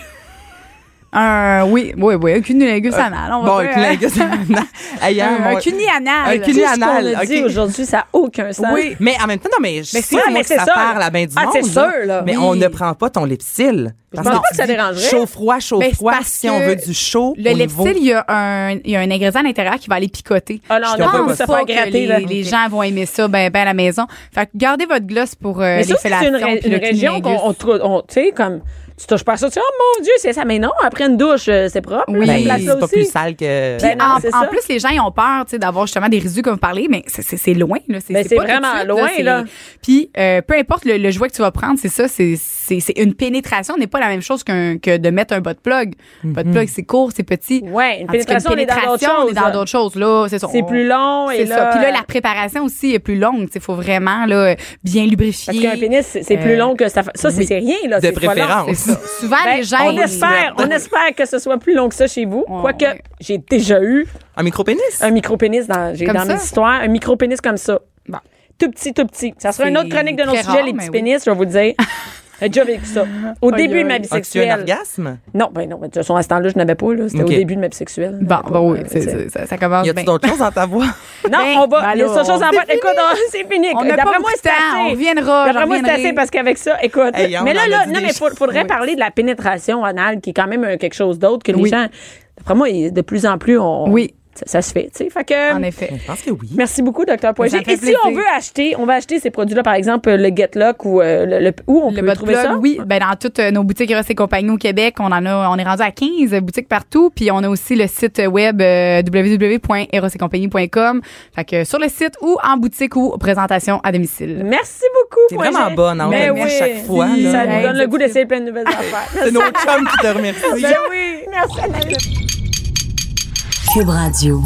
Speaker 6: Un, oui, oui, oui, un cunilingus anal. On va
Speaker 2: Bon,
Speaker 6: pas,
Speaker 2: un
Speaker 6: euh,
Speaker 2: cunilingus
Speaker 1: hein.
Speaker 2: anal. Ailleurs,
Speaker 6: un,
Speaker 2: mon-
Speaker 6: un cuni anal.
Speaker 2: Un cuni
Speaker 1: Tout ce qu'on
Speaker 2: anal,
Speaker 1: a dit
Speaker 2: ok.
Speaker 1: aujourd'hui, ça n'a aucun sens.
Speaker 6: Oui.
Speaker 2: Mais en même temps, non, mais je
Speaker 1: Mais
Speaker 2: sais
Speaker 1: c'est-
Speaker 2: moi,
Speaker 1: mais
Speaker 2: que
Speaker 1: c'est
Speaker 2: ça
Speaker 1: sûr.
Speaker 2: parle à bien du
Speaker 1: Ah,
Speaker 2: monde.
Speaker 1: c'est
Speaker 2: là.
Speaker 1: sûr, là.
Speaker 2: Mais
Speaker 1: Oui.
Speaker 2: on ne prend pas ton lipsil. Parce
Speaker 1: pense pas
Speaker 2: tu
Speaker 1: que ça
Speaker 2: dis
Speaker 1: dérangerait.
Speaker 2: Chaud-froid, chaud-froid,
Speaker 6: Ben, c'est
Speaker 2: si
Speaker 6: parce
Speaker 2: on
Speaker 6: que
Speaker 2: veut du chaud.
Speaker 6: Le
Speaker 2: au niveau-
Speaker 6: lepsil, il y, a un, il y a un ingrédient à l'intérieur qui va aller picoter.
Speaker 1: Ah non,
Speaker 2: Je
Speaker 6: Je
Speaker 2: non,
Speaker 1: non,
Speaker 2: peux
Speaker 6: pense
Speaker 2: non,
Speaker 1: non,
Speaker 2: pas.
Speaker 1: ça
Speaker 6: pas
Speaker 1: va
Speaker 6: que
Speaker 1: gratter,
Speaker 6: les,
Speaker 1: là.
Speaker 6: les gens vont aimer ça ben, ben à la maison. Fait que gardez votre gloss pour
Speaker 1: Mais
Speaker 6: euh, les
Speaker 1: ça, c'est une,
Speaker 6: fellations,
Speaker 1: ré-
Speaker 6: puis
Speaker 1: une
Speaker 6: le
Speaker 1: région qu'on
Speaker 6: cunilingus.
Speaker 1: on trou- on- tu sais, comme, tu touches pas à ça, tu dis, oh mon Dieu, c'est ça. Mais non, après une douche, euh, c'est propre.
Speaker 6: Oui.
Speaker 1: là,
Speaker 2: Ben,
Speaker 1: cette place-là
Speaker 2: c'est pas
Speaker 1: aussi.
Speaker 2: plus sale que.
Speaker 1: Ben, non,
Speaker 6: en,
Speaker 1: c'est
Speaker 6: en
Speaker 1: ça.
Speaker 6: plus, les gens ils ont peur tu sais, d'avoir justement des résidus comme vous parlez, mais c'est- c'est c'est loin. Là.
Speaker 1: Mais Ben, c'est
Speaker 6: pas tout de
Speaker 1: vraiment
Speaker 6: suite,
Speaker 1: loin,
Speaker 6: c'est-
Speaker 1: là.
Speaker 6: Puis, euh, peu importe le, le jouet que tu vas prendre, c'est ça, c'est- c'est c'est une pénétration n'est pas la même chose qu'un que de mettre un bas de plug.
Speaker 2: Mm-hmm.
Speaker 6: Un bas de plug, c'est court, c'est petit.
Speaker 1: Ouais, une
Speaker 6: Tandis qu'une
Speaker 1: pénétration, on est dans d'autres
Speaker 6: pénétration, on est
Speaker 1: choses,
Speaker 6: dans
Speaker 1: là.
Speaker 6: d'autres choses. Là, c'est ça,
Speaker 1: C'est
Speaker 6: on-
Speaker 1: plus long et
Speaker 6: C'est
Speaker 1: là- euh,
Speaker 6: ça. Puis là, la préparation aussi est plus longue. Il faut vraiment là, bien lubrifier.
Speaker 1: Parce qu'un pénis, c'est c'est plus
Speaker 6: Euh,
Speaker 1: long que ça. fa- Ça, c'est c'est rien, là.
Speaker 2: De
Speaker 1: c'est pas long.
Speaker 2: préférence.
Speaker 6: C'est ça. Souvent,
Speaker 1: Ben,
Speaker 6: les gens.
Speaker 1: on,
Speaker 6: ils-
Speaker 1: espère, on espère que ce soit plus long que ça chez vous.
Speaker 6: Ouais,
Speaker 1: Quoique,
Speaker 6: ouais.
Speaker 1: j'ai déjà eu
Speaker 2: Un micro-pénis.
Speaker 1: un micro-pénis dans, j'ai
Speaker 6: Comme
Speaker 1: dans
Speaker 6: ça?
Speaker 1: mes histoires, un micro-pénis comme ça.
Speaker 6: Bon.
Speaker 1: Tout petit, tout petit. Ça sera
Speaker 6: C'est
Speaker 1: une autre chronique de nos
Speaker 6: très
Speaker 1: sujets,
Speaker 6: rare,
Speaker 1: les
Speaker 6: mais
Speaker 1: petits
Speaker 6: oui.
Speaker 1: pénis, je vais vous le dire. J'ai déjà vécu ça. Au
Speaker 6: Aïe,
Speaker 1: début de ma
Speaker 6: aïe.
Speaker 1: vie
Speaker 2: As-tu un
Speaker 1: sexuelle.
Speaker 2: orgasme?
Speaker 1: Non, ben non, mais de toute façon, à ce temps-là, je n'avais pas, là. C'était
Speaker 2: Ok.
Speaker 1: au début de ma vie sexuelle.
Speaker 6: Bon,
Speaker 1: J'avais
Speaker 6: ben
Speaker 1: pas,
Speaker 6: oui,
Speaker 1: euh,
Speaker 6: c'est-
Speaker 1: tu sais.
Speaker 6: c'est- ça, ça commence
Speaker 2: Y a-tu
Speaker 1: ben.
Speaker 6: bien.
Speaker 2: d'autres choses dans ta voix?
Speaker 1: Non,
Speaker 6: Ben,
Speaker 1: on va.
Speaker 6: ben
Speaker 1: il y a
Speaker 6: là,
Speaker 1: ça, chose
Speaker 6: on-
Speaker 1: en fait. Écoute, on- c'est fini.
Speaker 6: On n'a pas
Speaker 1: D'après
Speaker 6: beaucoup
Speaker 1: moi,
Speaker 6: de
Speaker 1: c'est
Speaker 6: temps.
Speaker 1: assez.
Speaker 6: On reviendra,
Speaker 1: D'après
Speaker 6: j'en
Speaker 1: moi, c'est
Speaker 6: reviendrai.
Speaker 1: assez parce qu'avec ça, écoute.
Speaker 2: Hey, on
Speaker 1: mais là,
Speaker 2: en a
Speaker 1: là,
Speaker 2: dit
Speaker 1: non,
Speaker 2: des
Speaker 1: mais faut-
Speaker 2: choses.
Speaker 1: faudrait
Speaker 2: Oui.
Speaker 1: parler de la pénétration anale, qui est quand même euh, quelque chose d'autre que les
Speaker 6: Oui.
Speaker 1: gens. D'après moi, il- de plus en plus, on.
Speaker 6: Oui.
Speaker 1: Ça, ça se fait, tu sais. Fait que.
Speaker 6: En effet.
Speaker 2: Je pense que oui.
Speaker 1: Merci beaucoup, Docteur Poitier.
Speaker 6: Ça me fait
Speaker 1: Et si on
Speaker 6: plaisir.
Speaker 1: veut acheter, on va acheter ces produits-là, par exemple, euh, le GetLock ou euh, le, le- Où on
Speaker 6: Le
Speaker 1: peut
Speaker 6: bas de
Speaker 1: trouver
Speaker 6: plug,
Speaker 1: ça?
Speaker 6: oui, ben dans toutes euh, nos boutiques Eros et compagnie au Québec, on en a, on est rendu à 15 boutiques partout, puis on a aussi le site web euh, www.erosetcompagnie.com. Fait que sur le site ou en boutique ou présentation à domicile.
Speaker 1: Merci beaucoup.
Speaker 2: T'es
Speaker 1: Point
Speaker 2: vraiment
Speaker 1: G.
Speaker 2: bonne, hein, on
Speaker 1: Ben
Speaker 2: te le dit
Speaker 1: oui.
Speaker 2: à chaque fois,
Speaker 1: Ça
Speaker 2: là.
Speaker 1: nous
Speaker 6: Ouais,
Speaker 1: donne le goût
Speaker 6: exactement.
Speaker 1: d'essayer plein de nouvelles affaires.
Speaker 2: C'est
Speaker 1: Merci.
Speaker 2: nos chums qui te remercient.
Speaker 1: Ben oui. Merci, Annabelle.
Speaker 5: Cube Radio.